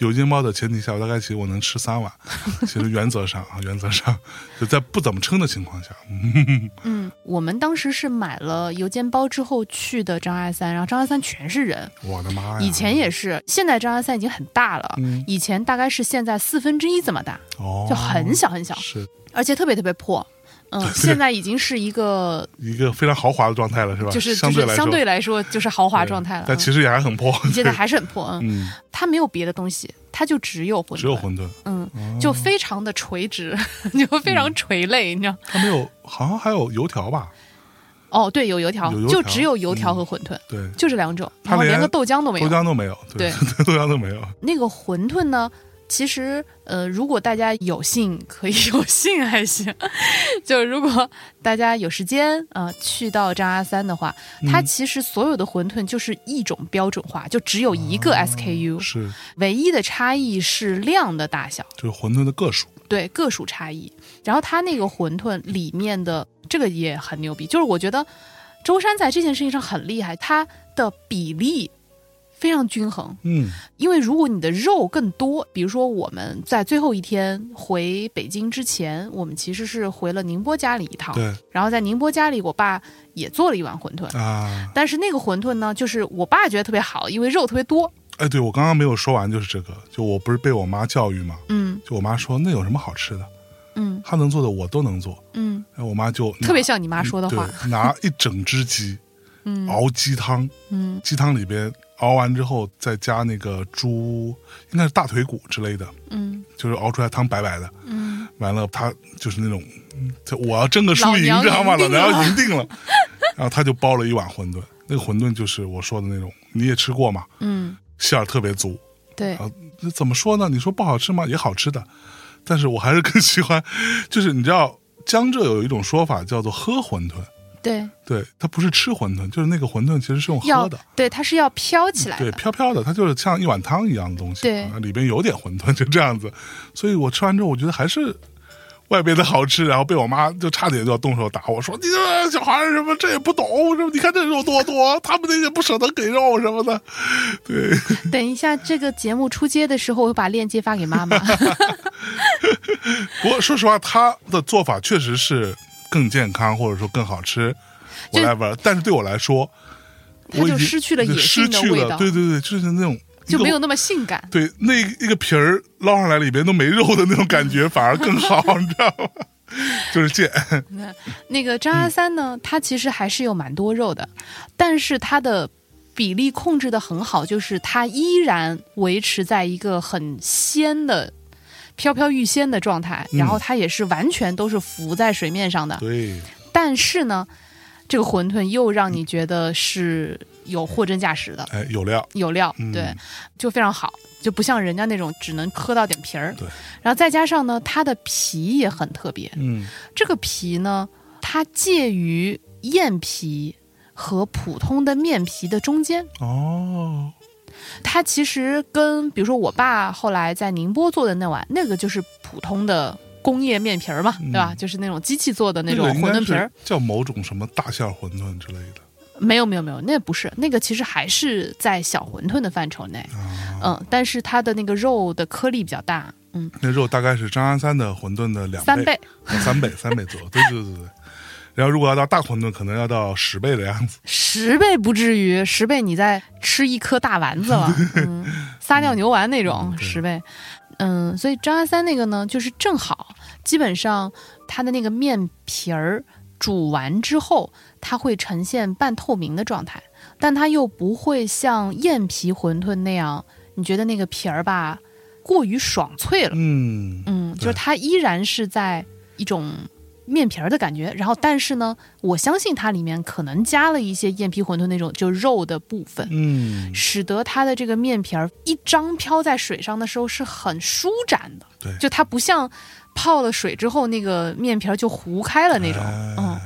C: 油煎包的前提下，我大概其我能吃 三碗。其实原则上啊，原则上就在不怎么撑的情况下，
B: 嗯，我们当时是买了油煎包之后去的张家三，然后张家三全是人，
C: 我的哎妈呀！
B: 以前也是，现在张家三已经很大了，
C: 嗯
B: 以前大概是现在四分之一这么大，
C: 哦，
B: 就很小很小，
C: 是
B: 而且特别特别 破。嗯，现在已经是一个
C: 一个非常豪华的状态了，是吧？
B: 就是就
C: 相对
B: 是
C: 来
B: 相
C: 说
B: 对来说就是豪华
C: 对
B: 状态了。
C: 但
B: 嗯
C: 其实也还很破。
B: 现在还是很破，嗯，
C: 嗯，
B: 它没有别的东西，它就只有馄饨，
C: 只有馄饨，
B: 嗯，就非常的垂直， 就非
C: 嗯
B: 常垂泪，你知道？
C: 它没有，好像还有油条吧？
B: 哦，对，有油条，
C: 有油
B: 就
C: 条
B: 只有油条和馄饨，
C: 对，
B: 就这两种，
C: 它
B: 然后
C: 连
B: 连个豆浆都没
C: 豆
B: 有。
C: 浆都没有，对，豆浆都没有。
B: 那个馄饨呢，其实，呃，如果大家有幸， 可以有幸还行。就如果大家有时间啊、呃去到张阿三的话，它
C: 嗯
B: 其实所有的馄饨就是一种标准化，就只有一个 SKU，、
C: 哦啊是
B: 唯一的差异是量的大小，
C: 就是馄饨的个数，
B: 对个数差异。然后它那个馄饨里面的这个也很牛逼，就是我觉得舟山在这件事情上很厉害，它的比例非常均衡。
C: 嗯
B: 因为如果你的肉更多，比如说我们在最后一天回北京之前，我们其实是回了宁波家里一趟，
C: 对
B: 然后在宁波家里，我爸也做了一碗馄饨。
C: 啊，
B: 但是那个馄饨呢，就是我爸觉得特别好，因为肉特别多。
C: 哎，对我刚刚没有说完，就是这个，就我不是被我妈教育嘛，
B: 嗯
C: 就我妈说那有什么好吃的，
B: 嗯
C: 她能做的我都能做，
B: 嗯，
C: 然后我妈就
B: 特别
C: 拿
B: 像你妈说的话。
C: 对，拿一整只鸡，
B: 嗯
C: 熬鸡汤，
B: 嗯
C: 鸡汤里边熬完之后再加那个猪，应该是大腿骨之类的，
B: 嗯
C: 就是熬出来汤白白的。
B: 嗯，
C: 完了，他就是那种，嗯他我要争个输
B: 老
C: 赢，
B: 娘
C: 知道吗？老
B: 赢定了
C: 娘要赢定了。 然后他就包了一碗馄饨，那个馄饨就是我说的那种，你也吃过嘛，
B: 嗯，
C: 馅儿特别足。
B: 对，
C: 啊，那怎么说呢？你说不好吃吗？也好吃的，但是我还是更喜欢， 就是你知道江浙有一种说法叫做喝馄饨，
B: 对，
C: 对，它不是吃馄饨，就是那个馄饨其实是用喝
B: 要
C: 的。
B: 对，它是要飘起来
C: 对，
B: 的。
C: 飘飘的，它就是像一碗汤一样的东西，
B: 对
C: 啊里边有点馄饨，就这样子。 所以我吃完之后，我觉得还是外边的好吃，然后被我妈就差点就要动手打我，说你这小孩儿什么这也不懂，什么你看这肉多多，他们那些不舍得给肉什么的， 对，
B: 等一下，这个节目出街的时候，我会把链接发给 妈妈。
C: 不过说实话，他的做法确实是更健康，或者说更好吃
B: 就
C: ，whatever。但是对我来说，
B: 它
C: 我已
B: 就
C: 经
B: 失去了野
C: 失
B: 性的
C: 去
B: 味
C: 了，
B: 道
C: 对对对，就是那种
B: 就
C: 一个
B: 没有那么性感。
C: 对那一个皮儿捞上来里边都没肉的那种感觉，反而更好，你知道吗？就是贱，
B: 那个张
C: 嗯
B: 阿三呢，它其实还是有蛮多肉的，但是它的比例控制的很好，就是它依然维持在一个很鲜的、飘飘欲仙的状态，
C: 嗯
B: 然后它也是完全都是浮在水面上的。
C: 对，
B: 但是呢，这个馄饨又
C: 嗯
B: 让你觉得是有货真价实的，
C: 哎，有料，
B: 有料，
C: 嗯
B: 对，就非常好，就不像人家那种只能喝到点皮儿。
C: 对，
B: 然后再加上呢，它的皮也很特别，
C: 嗯，
B: 这个皮呢，它介于燕皮和普通的面皮的中间。
C: 哦，
B: 它其实跟比如说我爸后来在宁波做的那碗，那个就是普通的工业面皮儿嘛，
C: 嗯
B: 对吧？就是那种机器做的那种
C: 个应
B: 馄
C: 该
B: 饨皮儿
C: 是。叫某种什么大馅儿馄饨之类的
B: 没有没有没有，那不是那个，其实还是在小馄饨的范畴内。
C: 啊。
B: 嗯，但是它的那个肉的颗粒比较大，嗯，
C: 那肉大概是张安三的馄饨的两
B: 三
C: 倍
B: 倍，。
C: 哦三倍，三倍左右，对对对对。然后如果要到大馄饨，可能要到十倍的样子。
B: 十倍不至于，十倍你再吃一颗大丸子 了，嗯，撒尿牛丸那种、
C: 嗯对
B: 十倍，嗯，所以张阿三那个呢，就是正好，基本上它的那个面皮儿煮完之后，它会呈现半透明的状态，但它又不会像燕皮馄饨那样，你觉得那个皮儿吧过于爽脆了，
C: 嗯，
B: 嗯，就是
C: 对
B: 它依然是在一种面皮儿的感觉，然后但是呢，我相信它里面可能加了一些燕皮馄饨那种就肉的部分，
C: 嗯，
B: 使得它的这个面皮儿一张飘在水上的时候是很舒展的，
C: 对
B: 就它不像泡了水之后那个面皮儿就糊开了那种，
C: 哎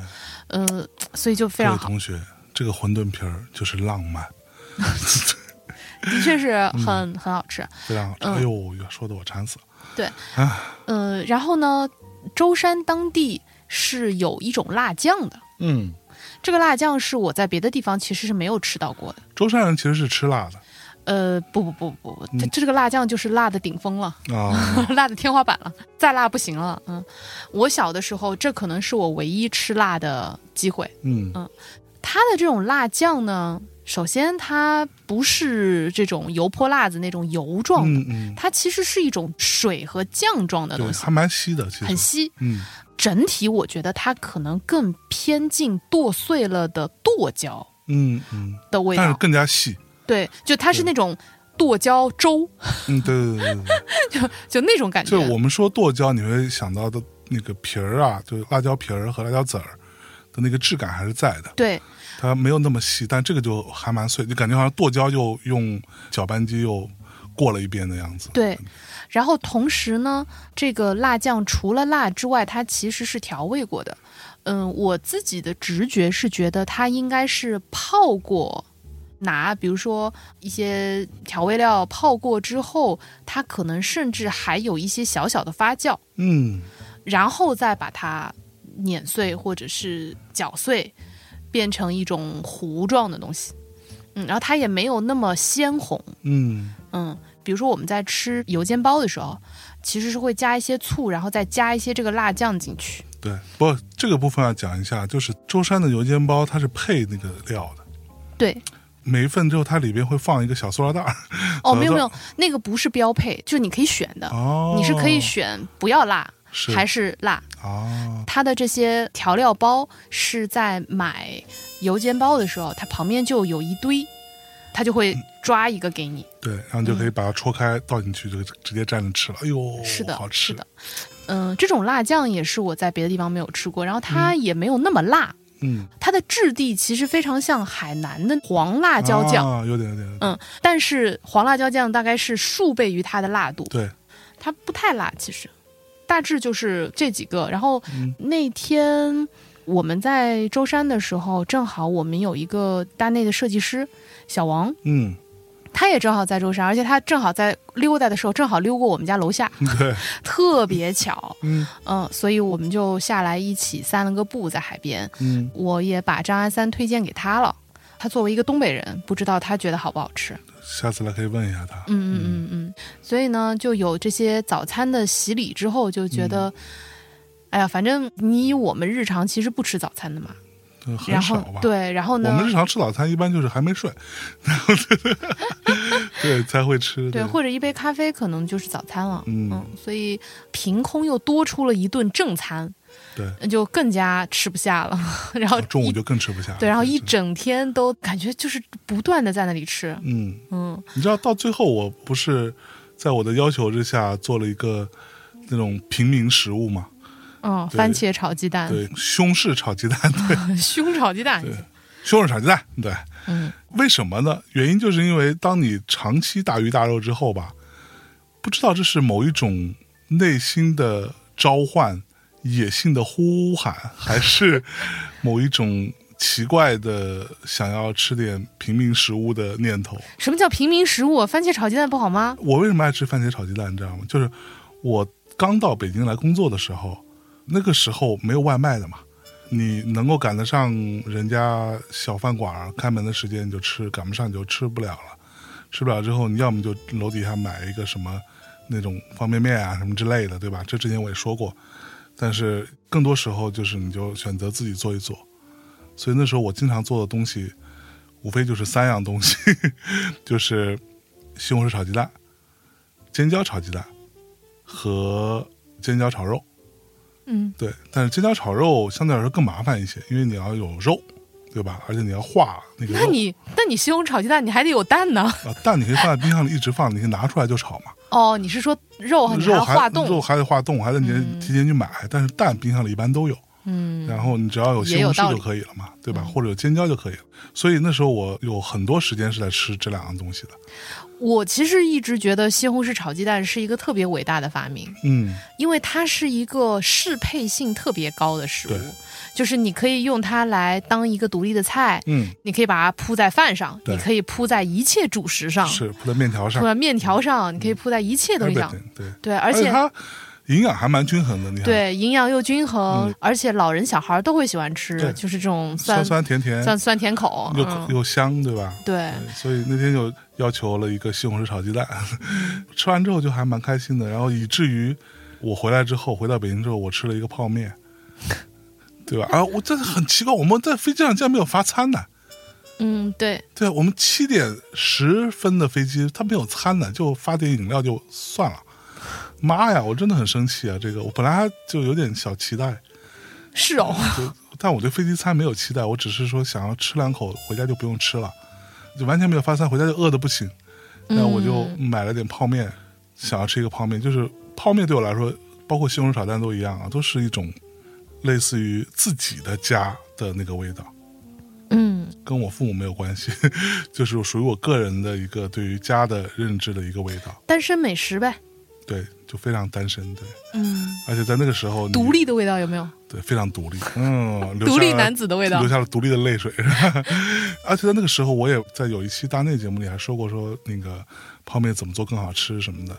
B: 嗯呃，所以就非
C: 各
B: 常
C: 位
B: 好，
C: 同学，这个馄饨皮儿就是浪漫，
B: 的确是
C: 嗯
B: 很、很好吃，
C: 非常好吃。
B: 嗯
C: 哎呦，说的我馋死了。
B: 呃，然后呢，舟山当地是有一种辣酱的。
C: 嗯，
B: 这个辣酱是我在别的地方其实是没有吃到过的。
C: 舟山人其实是吃辣的
B: 呃，不不不不不，这
C: 嗯
B: 这个辣酱就是辣的顶峰了，
C: 啊
B: 辣的天花板了，再辣不行了。嗯，我小的时候，这可能是我唯一吃辣的机会。
C: 嗯
B: 它的这种辣酱呢，首先它不是这种油泼辣子那种油状的，
C: 嗯嗯，
B: 它其实是一种水和酱状的
C: 对，
B: 东西
C: 还，蛮稀的，其
B: 很
C: 实。
B: 稀。
C: 嗯，
B: 整体我觉得它可能更偏近剁碎了的剁椒
C: 嗯嗯，
B: 的味
C: 但是
B: 道，
C: 更加细。
B: 对，就它是
C: 对
B: 那种剁椒粥。
C: 嗯，对对对对 对，
B: 就那种感觉。
C: 就是我们说剁椒，你会想到的那个皮儿啊，就是辣椒皮儿和辣椒籽儿的那个质感还是在的。
B: 对
C: 它没有那么细，但这个就还蛮碎，就感觉好像剁椒又用搅拌机又过了一遍的样子。
B: 对，然后同时呢，这个辣酱除了辣之外，它其实是调味过的。嗯，我自己的直觉是觉得它应该是泡过，拿比如说一些调味料泡过之后，它可能甚至还有一些小小的发酵，
C: 嗯，
B: 然后再把它碾碎或者是搅碎，变成一种糊状的东西。嗯，然后它也没有那么鲜红。
C: 嗯
B: 嗯，比如说我们在吃油煎包的时候，其实是会加一些醋，然后再加一些这个辣酱进去。
C: 对，不过这个部分要讲一下，就是舟山的油煎包它是配那个料的，
B: 对，
C: 每一份之后它里边会放一个小塑料袋 儿。
B: 哦，没有没有，那个不是标配，就你可以选的，
C: 哦，
B: 你是可以选不要辣
C: 是
B: 还是辣。
C: 哦，
B: 它的这些调料包是在买油煎包的时候，它旁边就有一堆，它就
C: 嗯
B: 会抓一个给你。
C: 对，然后你就可以把它戳开倒进去，就直接蘸着吃了。哎呦，
B: 是的，
C: 好
B: 是
C: 吃
B: 的。。嗯、这种辣酱也是我在别的地方没有吃过，然后它也没有那么辣，
C: 嗯，
B: 它的质地其实非常像海南的黄辣椒酱，
C: 啊，有点有点，有点
B: 嗯，但是黄辣椒酱大概是数倍于它的辣度，
C: 对，
B: 它不太辣，其实大致就是这几个。然后
C: 嗯
B: 那天我们在舟山的时候，正好我们有一个大内的设计师小王，
C: 嗯，
B: 他也正好在舟山，而且他正好在溜达的时候，正好溜过我们家楼下，
C: 对，
B: 特别巧，
C: 嗯
B: 嗯，所以我们就下来一起散了个步在海边。
C: 嗯，
B: 我也把张阿三推荐给他了。他作为一个东北人，不知道他觉得好不好吃。
C: 下次来可以问一下他。
B: 嗯嗯嗯嗯。所以呢，就有这些早餐的洗礼之后，就觉得，哎呀，反正你我们日常其实不吃早餐的嘛。
C: 嗯，很
B: 然
C: 少
B: 后
C: 吧？
B: 对，然后
C: 我们
B: 呢
C: 日？常吃早餐一般就是还 没睡， 然后对才会吃。
B: 对，或者一杯咖啡可能就是早餐了，
C: 嗯
B: 所以凭空又多出了一顿正餐，
C: 对，
B: 就更加吃不下了。 然后
C: 啊中午
B: 哦一
C: 就更吃不下了。
B: 对，然后一
C: 是
B: 整天都感觉就是不断的在那里吃，
C: 嗯，
B: 嗯，
C: 你知道到最后我不是在我的要求之下做了一个那种平民食物嘛？
B: 哦，
C: 对
B: 番茄炒鸡蛋，
C: 对，西红柿炒鸡蛋， 对，
B: 胸炒鸡蛋，
C: 对西红柿炒鸡蛋，对。
B: 嗯，
C: 为什么呢？原因就是因为当你长期大鱼大肉之后吧，不知道这是某一种内心的召唤、野性的呼喊，还是某一种奇怪的想要吃点平民食物的念头。
B: 什么叫平民食物？番茄炒鸡蛋不好吗？
C: 我为什么爱吃番茄炒鸡蛋？你知道吗？就是我刚到北京来工作的时候，那个时候没有外卖的嘛，你能够赶得上人家小饭馆儿开门的时间你就吃，赶不上你就吃不了了。吃不了之后，你要么就楼底下买一个什么那种方便面啊什么之类的，对吧？这之前我也说过，但是更多时候就是你就选择自己做一做。所以那时候我经常做的东西，无非就是三样东西， 就是西红柿炒鸡蛋，尖椒炒鸡蛋和尖椒炒肉。
B: 嗯，
C: 对，但是尖椒炒肉相对来说更麻烦一些，因为你要有肉，对吧？而且你要化那个肉。
B: 那你那你西红柿炒鸡蛋你还得有蛋呢。
C: 啊，蛋你可以放在冰箱里一直放，你可以拿出来就炒嘛。
B: 哦，你是说肉你还
C: 肉
B: 要
C: 还
B: 化
C: 肉
B: 冻？
C: 还得化冻，还得你提前去买。但是蛋冰箱里一般都有，
B: 嗯
C: 然后你只要有西
B: 也
C: 红
B: 有道
C: 柿
B: 理
C: 就可以了嘛，对吧？或者有尖椒就可以了。所以那时候我有很多时间是在吃这两样东西的。
B: 我其实一直觉得西红柿炒鸡蛋是一个特别伟大的发明，
C: 嗯，
B: 因为它是一个适配性特别高的食物
C: 对，
B: 就是你可以用它来当一个独立的菜，
C: 嗯，
B: 你可以把它铺在饭上，
C: 对
B: 你可以铺在一切主食上，
C: 是铺在面条上
B: 铺，在面条上，你可以铺在一切东西上，
C: everything，对，
B: 对，而且
C: 它营养还蛮均衡的，你看，
B: 对，营养又均衡
C: 嗯，
B: 而且老人小孩儿都会喜欢
C: 对
B: 吃，就是这种
C: 酸
B: 酸
C: 酸甜甜，
B: 酸酸甜口，
C: 又
B: 嗯，
C: 又香，对吧？
B: 对，
C: 对所以那天就要求了一个西红柿炒鸡蛋， 吃完之后就还蛮开心的，然后以至于我回来之后，回到北京之后，我吃了一个泡面，对吧？啊，我真的很奇怪，我们在飞机上竟然没有发餐呢。
B: 嗯，对，
C: 对啊，我们七点十分的飞机，它没有餐呢，就发点饮料就算了。妈呀，我真的很生气啊！这个我本来还就有点小期待，
B: 是 哦，
C: 就但我对飞机餐没有期待，我只是说想要吃两口，回家就不用吃了，就完全没有发餐，回家就饿的不行。然后
B: 嗯
C: 我就买了点泡面，想要吃一个泡面。就是泡面对我来说，包括西红柿炒蛋都一样啊，都是一种类似于自己的家的那个味道。
B: 嗯，
C: 跟我父母没有关系， 就是属于我个人的一个对于家的认知的一个味道。
B: 单身美食呗，
C: 对，就非常单身，对，
B: 嗯，
C: 而且在那个时候你
B: 独，立的味道有没有？
C: 对，非常独立， 嗯，
B: 独立
C: 留下了
B: 男子的味道
C: 流。下了独立的泪水。 而且在那个时候，我也在有一期大内节目里还说过说，那个泡面怎么做更好吃什么的。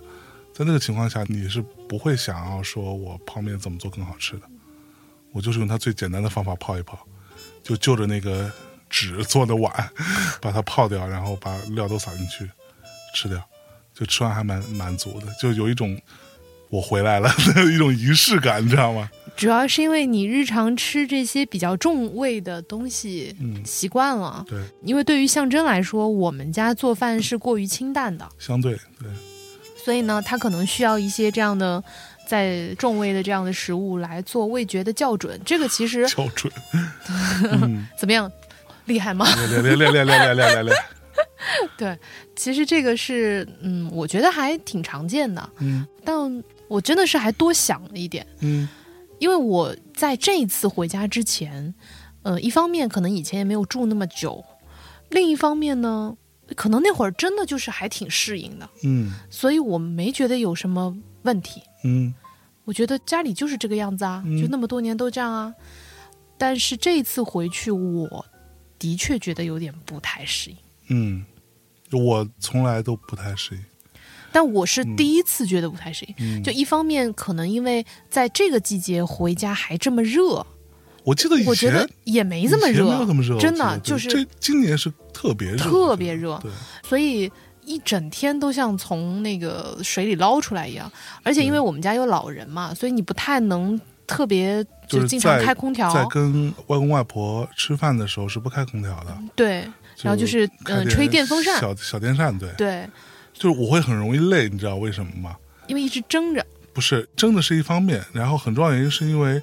C: 在那个情况下，你是不会想要说我泡面怎么做更好吃的，我就是用它最简单的方法泡一泡，就就着那个纸做的碗，把它泡掉，然后把料都撒进去，吃掉，就吃完还蛮满足的，就有一种我回来了的 一种仪式感，你知道吗？
B: 主要是因为你日常吃这些比较重味的东西
C: 嗯，
B: 习惯了，
C: 对。
B: 因为对于象征来说，我们家做饭是过于清淡的，
C: 相对对，
B: 所以呢，他可能需要一些这样的在重味的这样的食物来做味觉的校准。这个其实
C: 校准。嗯，
B: 怎么样？厉害吗？
C: 来来来来来来来来来，
B: 其实这个是，嗯，我觉得还挺常见的，
C: 嗯
B: 但我真的是还多想了一点。
C: 嗯
B: 因为我在这一次回家之前，呃，一方面可能以前也没有住那么久，另一方面呢，可能那会儿真的就是还挺适应的，
C: 嗯
B: 所以我没觉得有什么问题。
C: 嗯
B: 我觉得家里就是这个样子啊，
C: 嗯
B: 就那么多年都这样啊。但是这一次回去，我的确觉得有点不太适应。
C: 嗯，我从来都不太适应。
B: 但我是
C: 嗯
B: 第一次觉得不太适应，
C: 嗯，
B: 就一方面可能因为在这个季节回家还这么热，
C: 我记得以
B: 我觉
C: 前
B: 得也没这么热，
C: 以前没有这么热，
B: 真
C: 我
B: 的
C: 记得
B: 就是
C: 对这今年是特别热，
B: 特别热
C: 我觉得
B: 所以一整天都像从那个水里捞出来一样。而且因
C: 嗯
B: 为我们家有老人嘛，所以你不太能特别
C: 就是
B: 经常
C: 在
B: 开空调
C: 对，，在跟外公外婆吃饭的时候是不开空调的，
B: 对，然后就是
C: 开
B: 嗯嗯、呃吹电风扇，
C: 小小电扇，对，
B: 对，
C: 就是我会很容易累，你知道为什么吗？
B: 因为一直蒸着，
C: 不是，蒸的是一方面，然后很重要的原因是因为外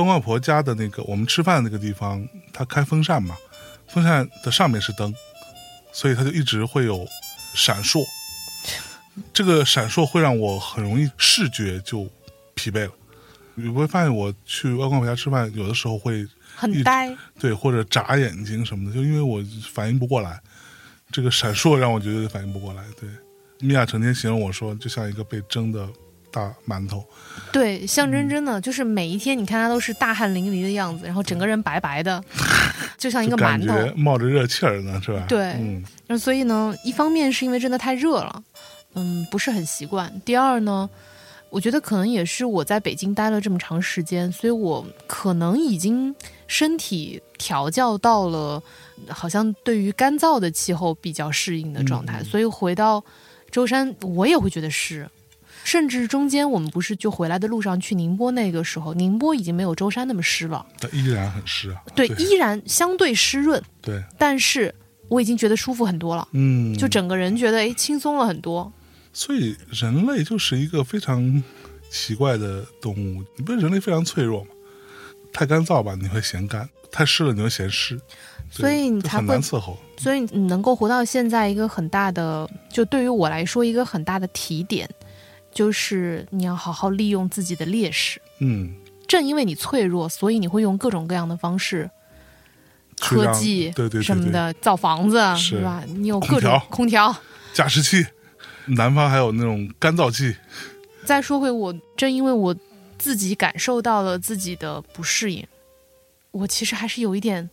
C: 公外婆家的那个我们吃饭的那个地方，它开风扇嘛，风扇的上面是灯，所以它就一直会有闪烁，这个闪烁会让我很容易视觉就疲惫了。你会发现我去外公外婆家吃饭，有的时候会一
B: 很
C: 直
B: 呆。
C: 对或者眨眼睛什么的，就因为我反应不过来，这个闪烁让我觉得反应不过来。对，米娅成天形容我说，就像一个被蒸的大馒头。嗯
B: 对，象征真的就是每一天，你看他都是大汗淋漓的样子，然后整个人白白 的，就像一个
C: 就感
B: 馒
C: 觉
B: 头。
C: 冒着热气儿呢，是吧？
B: 对
C: 嗯
B: 那所以呢，一方面是因为真的太热了，嗯，不是很习惯。第二呢，我觉得可能也是我在北京待了这么长时间，所以我可能已经身体调教到了好像对于干燥的气候比较适应的状态，
C: 嗯
B: 所以回到舟山我也会觉得湿。甚至中间我们不是就回来的路上去宁波那个时候，宁波已经没有舟山那么湿了，
C: 但依然很湿啊。
B: 对，
C: 对
B: 依然相对湿润，
C: 对，
B: 但是我已经觉得舒服很多了。
C: 嗯，
B: 就整个人觉得哎轻松了很多。
C: 所以人类就是一个非常奇怪的动物。你不是人类非常脆弱吗？太干燥吧，你会嫌干；太湿了，你会嫌湿。对
B: 所以你
C: 就
B: 才
C: 很
B: 会
C: 难伺候。
B: 所以你能够活到现在，一个很大的，就对于我来说，一个很大的提点，就是你要好好利用自己的劣势。
C: 嗯，
B: 正因为你脆弱，所以你会用各种各样的方式，
C: 去
B: 科
C: 让
B: 技
C: 对对
B: 什
C: 对
B: 么
C: 对，
B: 的造房子
C: 是
B: 吧？你有
C: 空
B: 各种
C: 调
B: 空调。
C: 加湿器，南方还有那种干燥剂。
B: 再说回我，正因为我自己感受到了自己的不适应，我其实还是有一点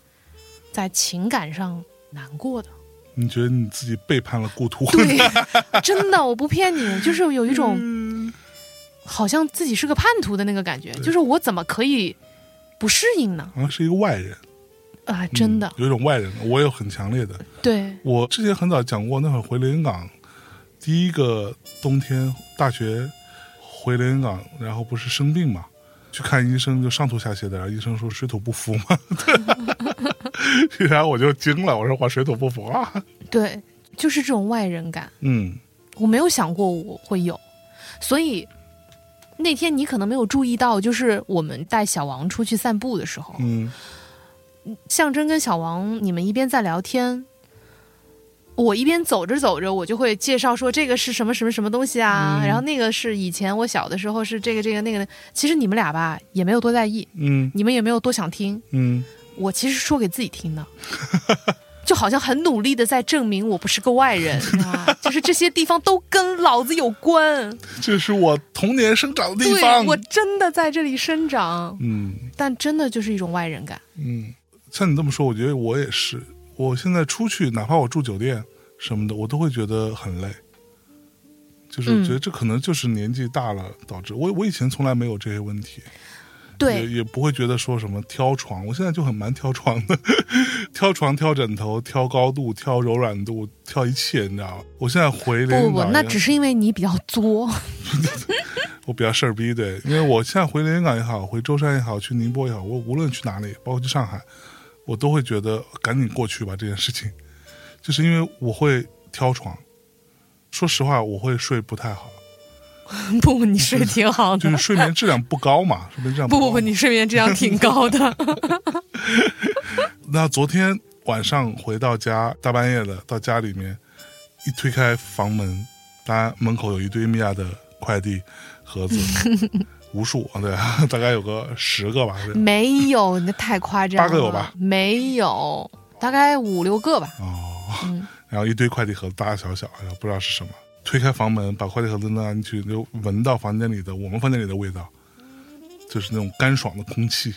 B: 在情感上难过的。
C: 你觉得你自己背叛了故土？
B: 对，真的，我不骗你，就是有一种好像自己是个叛徒的那个感觉，就是我怎么可以不适应呢？
C: 好像是一个外人，
B: 啊，
C: 嗯
B: 真的，
C: 有一种外人，我有很强烈的。
B: 对，
C: 我之前很早讲过，那会儿回连云港，第一个冬天大学回连云港，然后不是生病嘛，去看医生就上吐下泻的，然后医生说水土 不服嘛，然后我就惊了，我说我水土不服啊，
B: 对，就是这种外人感，
C: 嗯
B: 我没有想过我会有，所以那天你可能没有注意到，就是我们带小王出去散步的时候，
C: 嗯
B: 象征跟小王，你们一边在聊天，我一边走着走着，我就会介绍说这个是什么什么什么东西啊，然后那个是以前我小的时候是这个这个那个的。其实你们俩吧也没有多在意，
C: 嗯
B: 你们也没有多想听，
C: 嗯
B: 我其实说给自己听的，就好像很努力的在证明我不是个外人，就是这些地方都跟老子有关。
C: 这是我童年生长的地
B: 对
C: 方。
B: 我真的在这里生长，
C: 嗯
B: 但真的就是一种外人感。
C: 嗯，像你这么说，我觉得我也是。我现在出去，哪怕我住酒店什么的，我都会觉得很累。就是我
B: 嗯
C: 觉得这可能就是年纪大了导致。我我以前从来没有这些问题，也
B: 对，
C: 也不会觉得说什么挑床，我现在就很蛮挑床的， 挑床、挑枕头、挑高度、挑柔软度、挑一切，你知道吗？我现在回
B: 不
C: 连
B: 不
C: 云
B: 不，
C: 港，
B: 那只是因为你比较作。
C: 我比较事儿逼，对，因为我现在回连云港也好，回舟山也好，去宁波也好，我无论去哪里，包括去上海，我都会觉得赶紧过去吧这件事情，就是因为我会挑床，说实话，我会睡不太好，
B: 不，你睡挺好
C: 就
B: 的
C: 是。睡眠质量不 高嘛，睡眠质量
B: 不
C: 高
B: 不不，
C: 嘛
B: 你睡眠质量挺高 的。
C: 那昨天晚上回到家，大半夜的到家里面，一推开房门，当然门口有一堆米娅的快递 盒子，无数啊，对啊，大概有个十个吧，对
B: 没有，你太夸张了。
C: 八个有吧？
B: 没有，大概五六个吧。
C: 哦，
B: 嗯
C: 然后一堆快递盒子，大大小小，然后不知道是什么。推开房门，把快递盒子拿进去，就闻到房间里的我们房间里的味道，就是那种干爽的空气，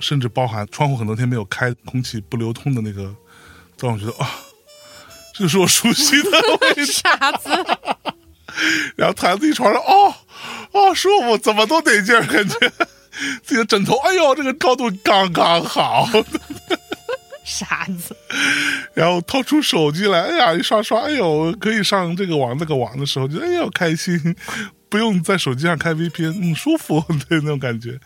C: 甚至包含窗户很多天没有开，空气不流通的那个，都让我觉得啊，这就是我熟悉的味道。
B: 傻子，
C: 然后躺在自己床上，哦，哦，舒服，怎么都得劲儿，感觉自己的枕头，哎呦，这个高度啊刚刚好。
B: 傻 子，
C: 然后掏出手机来，哎呀，一刷刷，哎呦，可以上这个网那个网的时候，就哎呦开心， 不用在手机上开 VPN，嗯，舒服， 对那种感觉，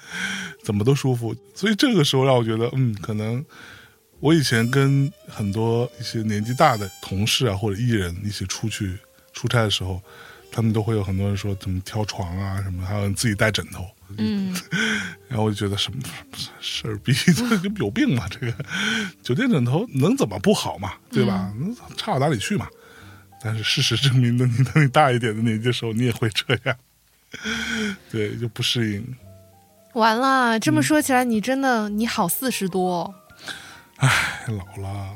C: 怎么都舒服。所以这个时候让我觉得，嗯，可能我以前跟很多一些年纪大的同事啊或者艺人一起出去出差的时候，他们都会有很多人说怎么挑床啊什么，还有自己带枕头。
B: 嗯，
C: 然后我就觉得什么事儿逼，这就 有病嘛！这个酒店枕头能怎么不好嘛？对吧？能差到哪里去嘛？但是事实证明，等你等你大一点的年纪的时候，你也会这样，对，就不适应。
B: 完了，
C: 嗯
B: 这么说起来，你真的你好四十多哦，
C: 太哎老了，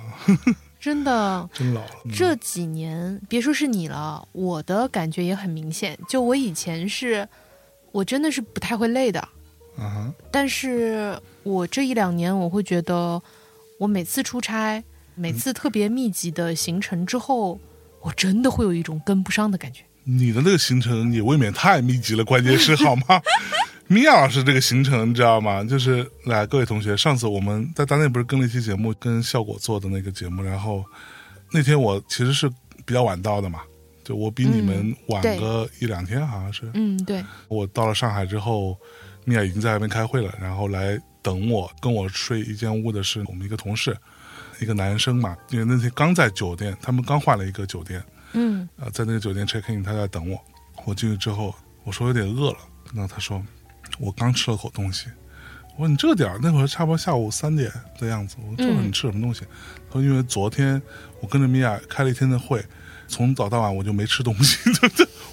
B: 真的。
C: 真老了。嗯
B: 这几年，别说是你了，我的感觉也很明显。就我以前是，我真的是不太会累的，
C: 啊哈，
B: 但是我这一两年，我会觉得，我每次出差，
C: 嗯
B: 每次特别密集的行程之后，我真的会有一种跟不上的感觉。
C: 你的这个行程也未免太密集了，关键是好吗？ 米娅老师这个行程你知道吗？就是来各位同学，上次我们在大内不是跟了一期节目，跟效果做的那个节目，然后那天我其实是比较晚到的嘛，就我比你们晚
B: 对
C: 个一两天，好像是。
B: 嗯，对，
C: 我到了上海之后，米娅已经在外面开会了，然后来等我，跟我睡一间屋的是我们一个同事，一个男生嘛，因为那天刚在酒店，他们刚换了一个酒店。
B: 嗯，
C: 呃，在那个酒店 check in，他在等我。我进去之后，我说有点饿了，那他说我刚吃了口东西。我说你这点儿那会儿差不多下午三点的样子。我说这会儿你吃什么东西？他说因为昨天我跟着米娅开了一天的会，从早到晚我就没吃东西。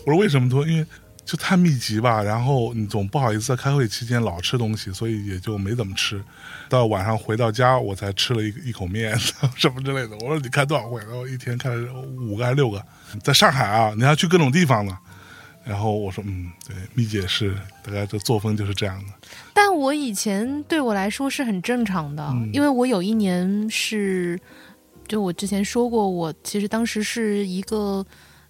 C: 我说为什么？他说因为就太密集吧，然后你总不好意思在开会期间老吃东西，所以也就没怎么吃。到晚上回到家，我才吃了一一口面 什么之类的。我说你开多少会？然后一天开了五个还是六个，在上海啊，你还去各种地方呢。然后我说，嗯，对，蜜姐是大概这作风就是这样的。
B: 但我以前对我来说是很正常的，
C: 嗯，
B: 因为我有一年是，就我之前说过，我其实当时是一个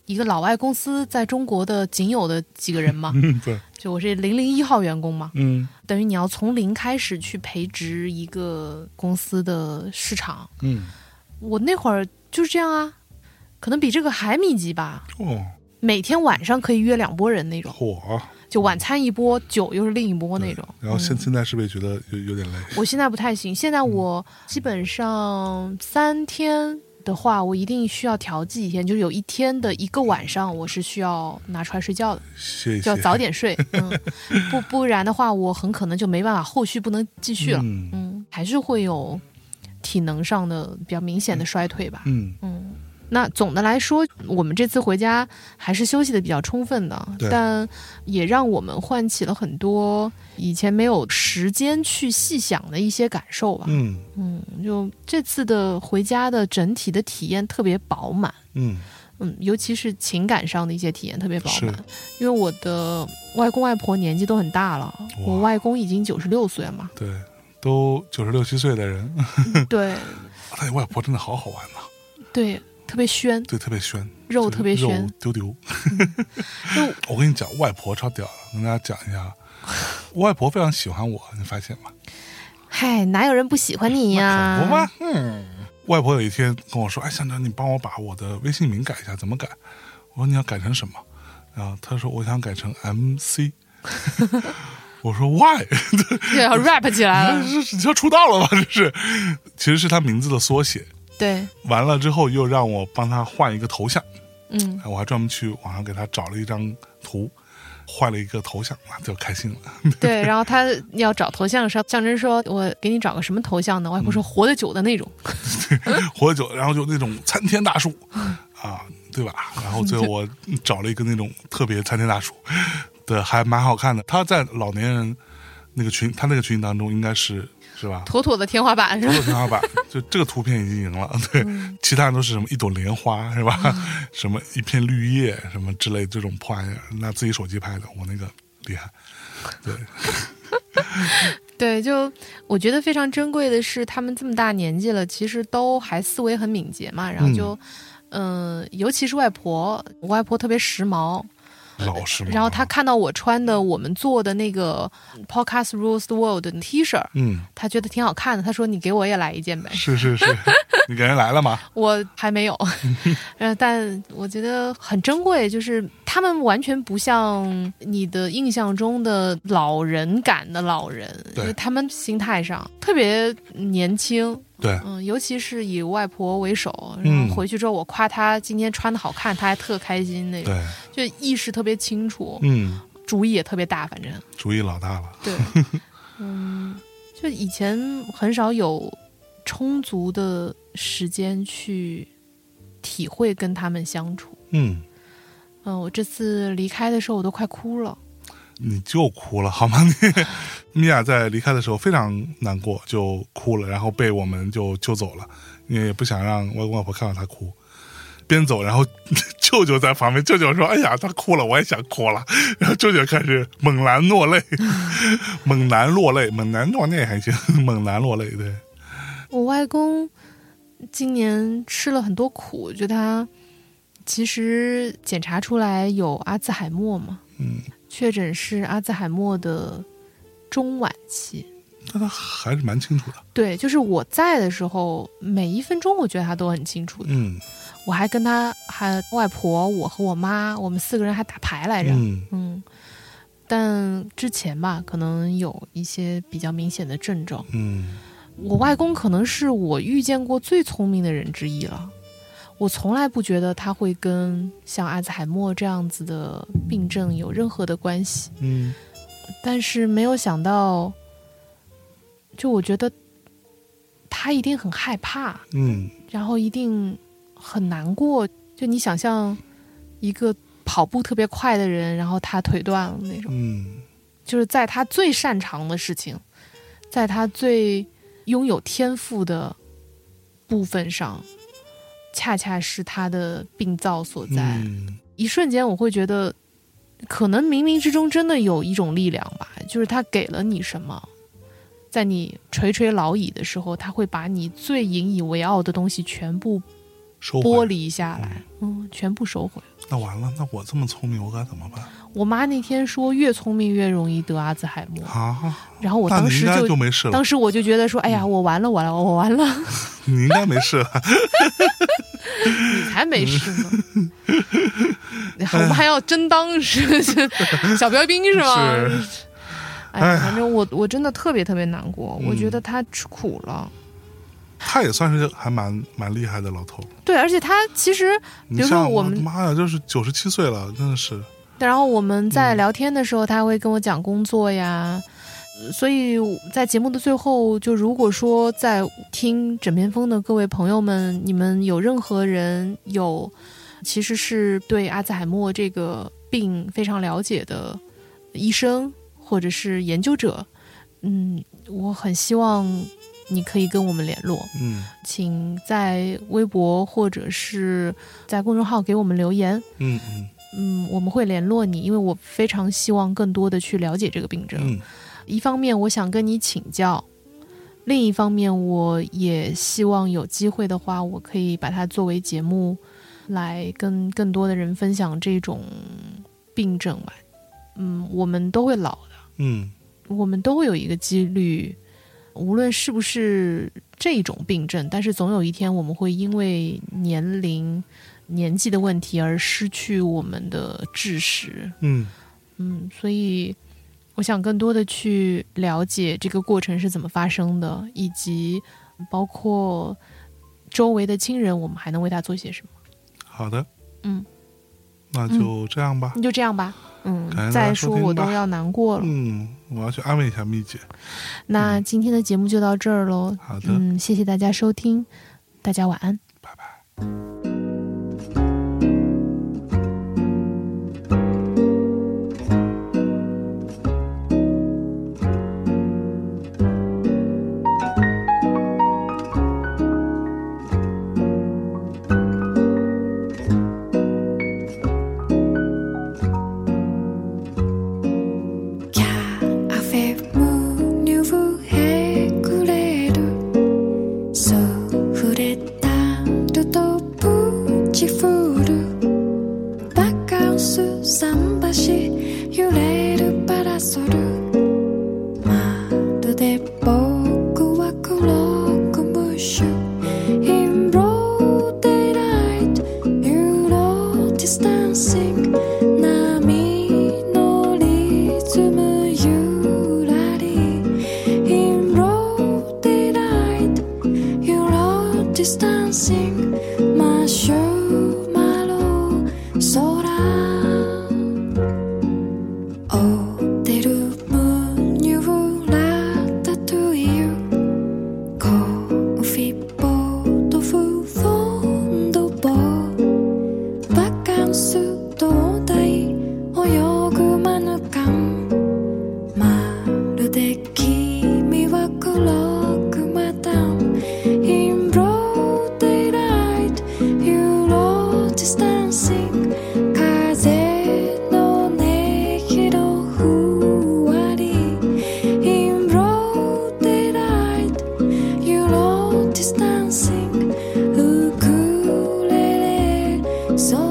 B: 一个老外公司在中国的仅有的几个人嘛
C: 嗯， 对，
B: 就我是零零一号员工嘛，
C: 嗯
B: 等于你要从零开始去培植一个公司的市场。
C: 嗯，
B: 我那会儿就是这样啊，可能比这个还密集吧，
C: 哦，
B: 每天晚上可以约两拨人那种，
C: 火。
B: 就晚餐一波，酒又是另一波那种。
C: 然后现
B: 嗯
C: 现在是不是也觉得有有点累？
B: 我现在不太行，现在
C: 嗯
B: 我基本上三天的话，我一定需要调剂一天，就是有一天的一个晚上，我是需要拿出来睡 觉的，
C: 谢谢。
B: 就要早点睡， 嗯，不不然的话，我很可能就没办法，后续不能继续了，
C: 嗯
B: 嗯，还是会有体能上的比较明显的衰退吧，
C: 嗯，
B: 嗯，那总的来说，我们这次回家还是休息的比较充分的，
C: 对
B: 但也让我们唤起了很多以前没有时间去细想的一些感受吧。
C: 嗯
B: 嗯，就这次的回家的整体的体验特别饱满。
C: 嗯
B: 嗯，尤其是情感上的一些体验特别饱满
C: 是，
B: 因为我的外公外婆年纪都很大了，我
C: 哇，
B: 外公已经九十六岁了嘛
C: 对，都九十六七岁的人，
B: 对
C: 哎，外婆真的好好玩呐、
B: 对，特别宣，
C: 对，特别宣，
B: 肉
C: 就是
B: 特别嗯宣
C: 肉，丢丢。
B: 就
C: 我跟你讲，外婆超屌的，跟大家讲一下， 外婆非常喜欢我，你发现吗？
B: 嗨，哪有人不喜欢你呀、
C: 可不吗？嗯。外婆有一天跟我说：“哎，乡长，你帮我把我的微信名改一下，怎么改？”我说：“你要改成什么？”然后她说：“我想改成 MC。” 我说：“Why？”
B: 又 要 rap 起来了，
C: 这是要出道了吗？这是，其实是她名字的缩写。
B: 对，
C: 完了之后，又让我帮她换一个头像，
B: 嗯，
C: 我还专门去网上给她找了一张图，换了一个头像，啊，就开心了。
B: 对。然后他要找头像的时候，象征说：“我给你找个什么头像呢？”外婆说：“活得久的那种。
C: 活久，然后就那种参天大树
B: 嗯
C: 啊，对吧？然后最后我找了一个那种特别参天大树对，还蛮好看的。他在老年人那个群，他那个群当中应该是是吧”？
B: 妥妥的天花板是
C: 都
B: 吧？
C: 有天花板，就这个图片已经 赢了。对，
B: 嗯
C: 其他人都是什么一朵莲花是吧？什么一片绿叶什么之类这种破玩意儿，拿自己手机拍的，我那个厉害。对，
B: 对，就我觉得非常珍贵的是，他们这么大年纪了，其实都还思维很敏捷嘛。然后就，嗯、尤其是外婆，我外婆特别时髦。
C: 老实嘛。
B: 然后她看到我穿的我们做的那个 Podcast Rules the World 的 T 恤，
C: 嗯，
B: 她觉得挺好看的，她说：“你给我也来一件呗。”
C: 是 是是，你给人来了吗？
B: 我还没 有，呃，但我觉得很珍贵，就是他们完全不像你的印象中的老人感的老人，
C: 对
B: 就他们心态上特别年轻，
C: 对，
B: 嗯，尤其是以外婆为首，
C: 嗯
B: 然后回去之后我夸她今天穿的好看，她还特开心那种，
C: 对，
B: 就意识特别清楚，
C: 嗯，
B: 主意也特别大，反正
C: 主意老大了。
B: 对，嗯，就以前很少有充足的时间去体会跟他们相处。
C: 嗯。
B: 嗯，我这次离开的时候，我都快哭了。
C: 你就哭了好吗？ 你米娅在离开的时候非常难过，就哭了，然后被我们就救走了，因为也不想让外公外婆看到她哭。边走，然后 舅舅在旁边，舅舅说：“哎呀，她哭了，我也想哭了。” 然后舅舅开始猛然落泪， 猛然落泪，猛然落泪还行， 猛然落泪，对，
B: 我外公今年吃了很多苦，就他其实检查出来有阿兹海默嘛，
C: 嗯，
B: 确诊是阿兹海默的中晚期。
C: 但他还是蛮清楚的，
B: 对，就是我在的时候，每一分钟我觉得他都很清楚的。
C: 嗯
B: 我还跟他还外婆，我和我妈，我们四个人还打牌来着。嗯
C: 嗯
B: 但之前吧，可能有一些比较明显的症状。
C: 嗯，
B: 我外公可能是我遇见过最聪明的人之一了。我从来不觉得他会跟像阿兹海默这样子的病症有任何的关系，
C: 嗯
B: 但是没有想到，就我觉得他一定很害怕，
C: 嗯
B: 然后一定很难过。就你想象一个跑步特别快的人，然后他腿断了那种，
C: 嗯，
B: 就是在他最擅长的事情，在他最拥有天赋的部分上，恰恰是他的病灶所在。
C: 嗯
B: 一瞬间，我会觉得，可能冥冥之中真的有一种力量吧，就是他给了你什么。在你垂垂老矣的时候，他会把你最引以为傲的东西全部
C: 收回
B: 剥离下来，嗯，全部收回。
C: 那完了，那我这么聪明，我该怎么办
B: 我妈那天说，越聪明越容易得阿兹海默，
C: 啊？
B: 然后我
C: 那
B: 当
C: 你应
B: 时
C: 该
B: 就
C: 就嗯没事了
B: 当，时我就觉得说，哎呀，我完了，完了，我完了，
C: 你应该没事了。
B: 你才没事呢。 我们还要真当是小标兵 是吗？
C: 是
B: 哎呀，反正我我真的特别特别难过，我
C: 嗯
B: 觉得他吃苦了。
C: 他也算是还蛮蛮厉害的老头。
B: 对，而且他其实，比
C: 你
B: 如说
C: 像
B: 我
C: 的
B: 们
C: 妈呀，就是九十七岁了，真的是，
B: 然后我们在聊天的时候，他会跟我讲工作呀，呃所以在节目的最后，就如果说在听枕边风的各位朋友们，你们有任何人有其实是对阿兹海默这个病非常了解的医生或者是研究者，嗯，我很希望你可以跟我们联络，
C: 嗯
B: 请在微博或者是在公众号给我们留言，
C: 嗯嗯
B: 嗯，我们会联络你，因为我非常希望更多的去了解这个病症。
C: 嗯
B: 一方面我想跟你请教，另一方面我也希望有机会的话，我可以把它作为节目来跟更多的人分享这种病症吧。嗯，我们都会老的，
C: 嗯
B: 我们都会有一个几率，无论是不是这种病症，但是总有一天我们会因为年龄、年纪的问题而失去我们的知识。
C: 嗯
B: 嗯，所以我想更多的去了解这个过程是怎么发生的，以及包括周围的亲人，我们还能为他做些什么。
C: 好的，
B: 嗯，
C: 那就这样吧。
B: 那就这样吧，嗯
C: 感，谢大家
B: 再
C: 收
B: 说
C: 听
B: 我
C: 吧
B: 都要难过了。
C: 嗯，我要去安慰一下蜜姐。
B: 那今天的节目就到这儿喽。
C: 好的，
B: 嗯，谢谢大家收听，大家晚安。
C: 拜拜。
D: Car avez-vous nouveau écoulé de souffler de ton petit foule Vacances s'embâcher, hurler de parasol Mal de beaucoup à colocomoche In broad daylight, you know distancing 波のリズムゆらり In broad daylight You're all distancing マシュマロ空追ってるムニューラタトゥイユコーヒーポートフフォンドボーバカンス灯台泳ぐマヌカンまるで君は黒くまた In broad daylight you low distancing 風の音色ふわり In broad daylight you low distancing ウクレレ空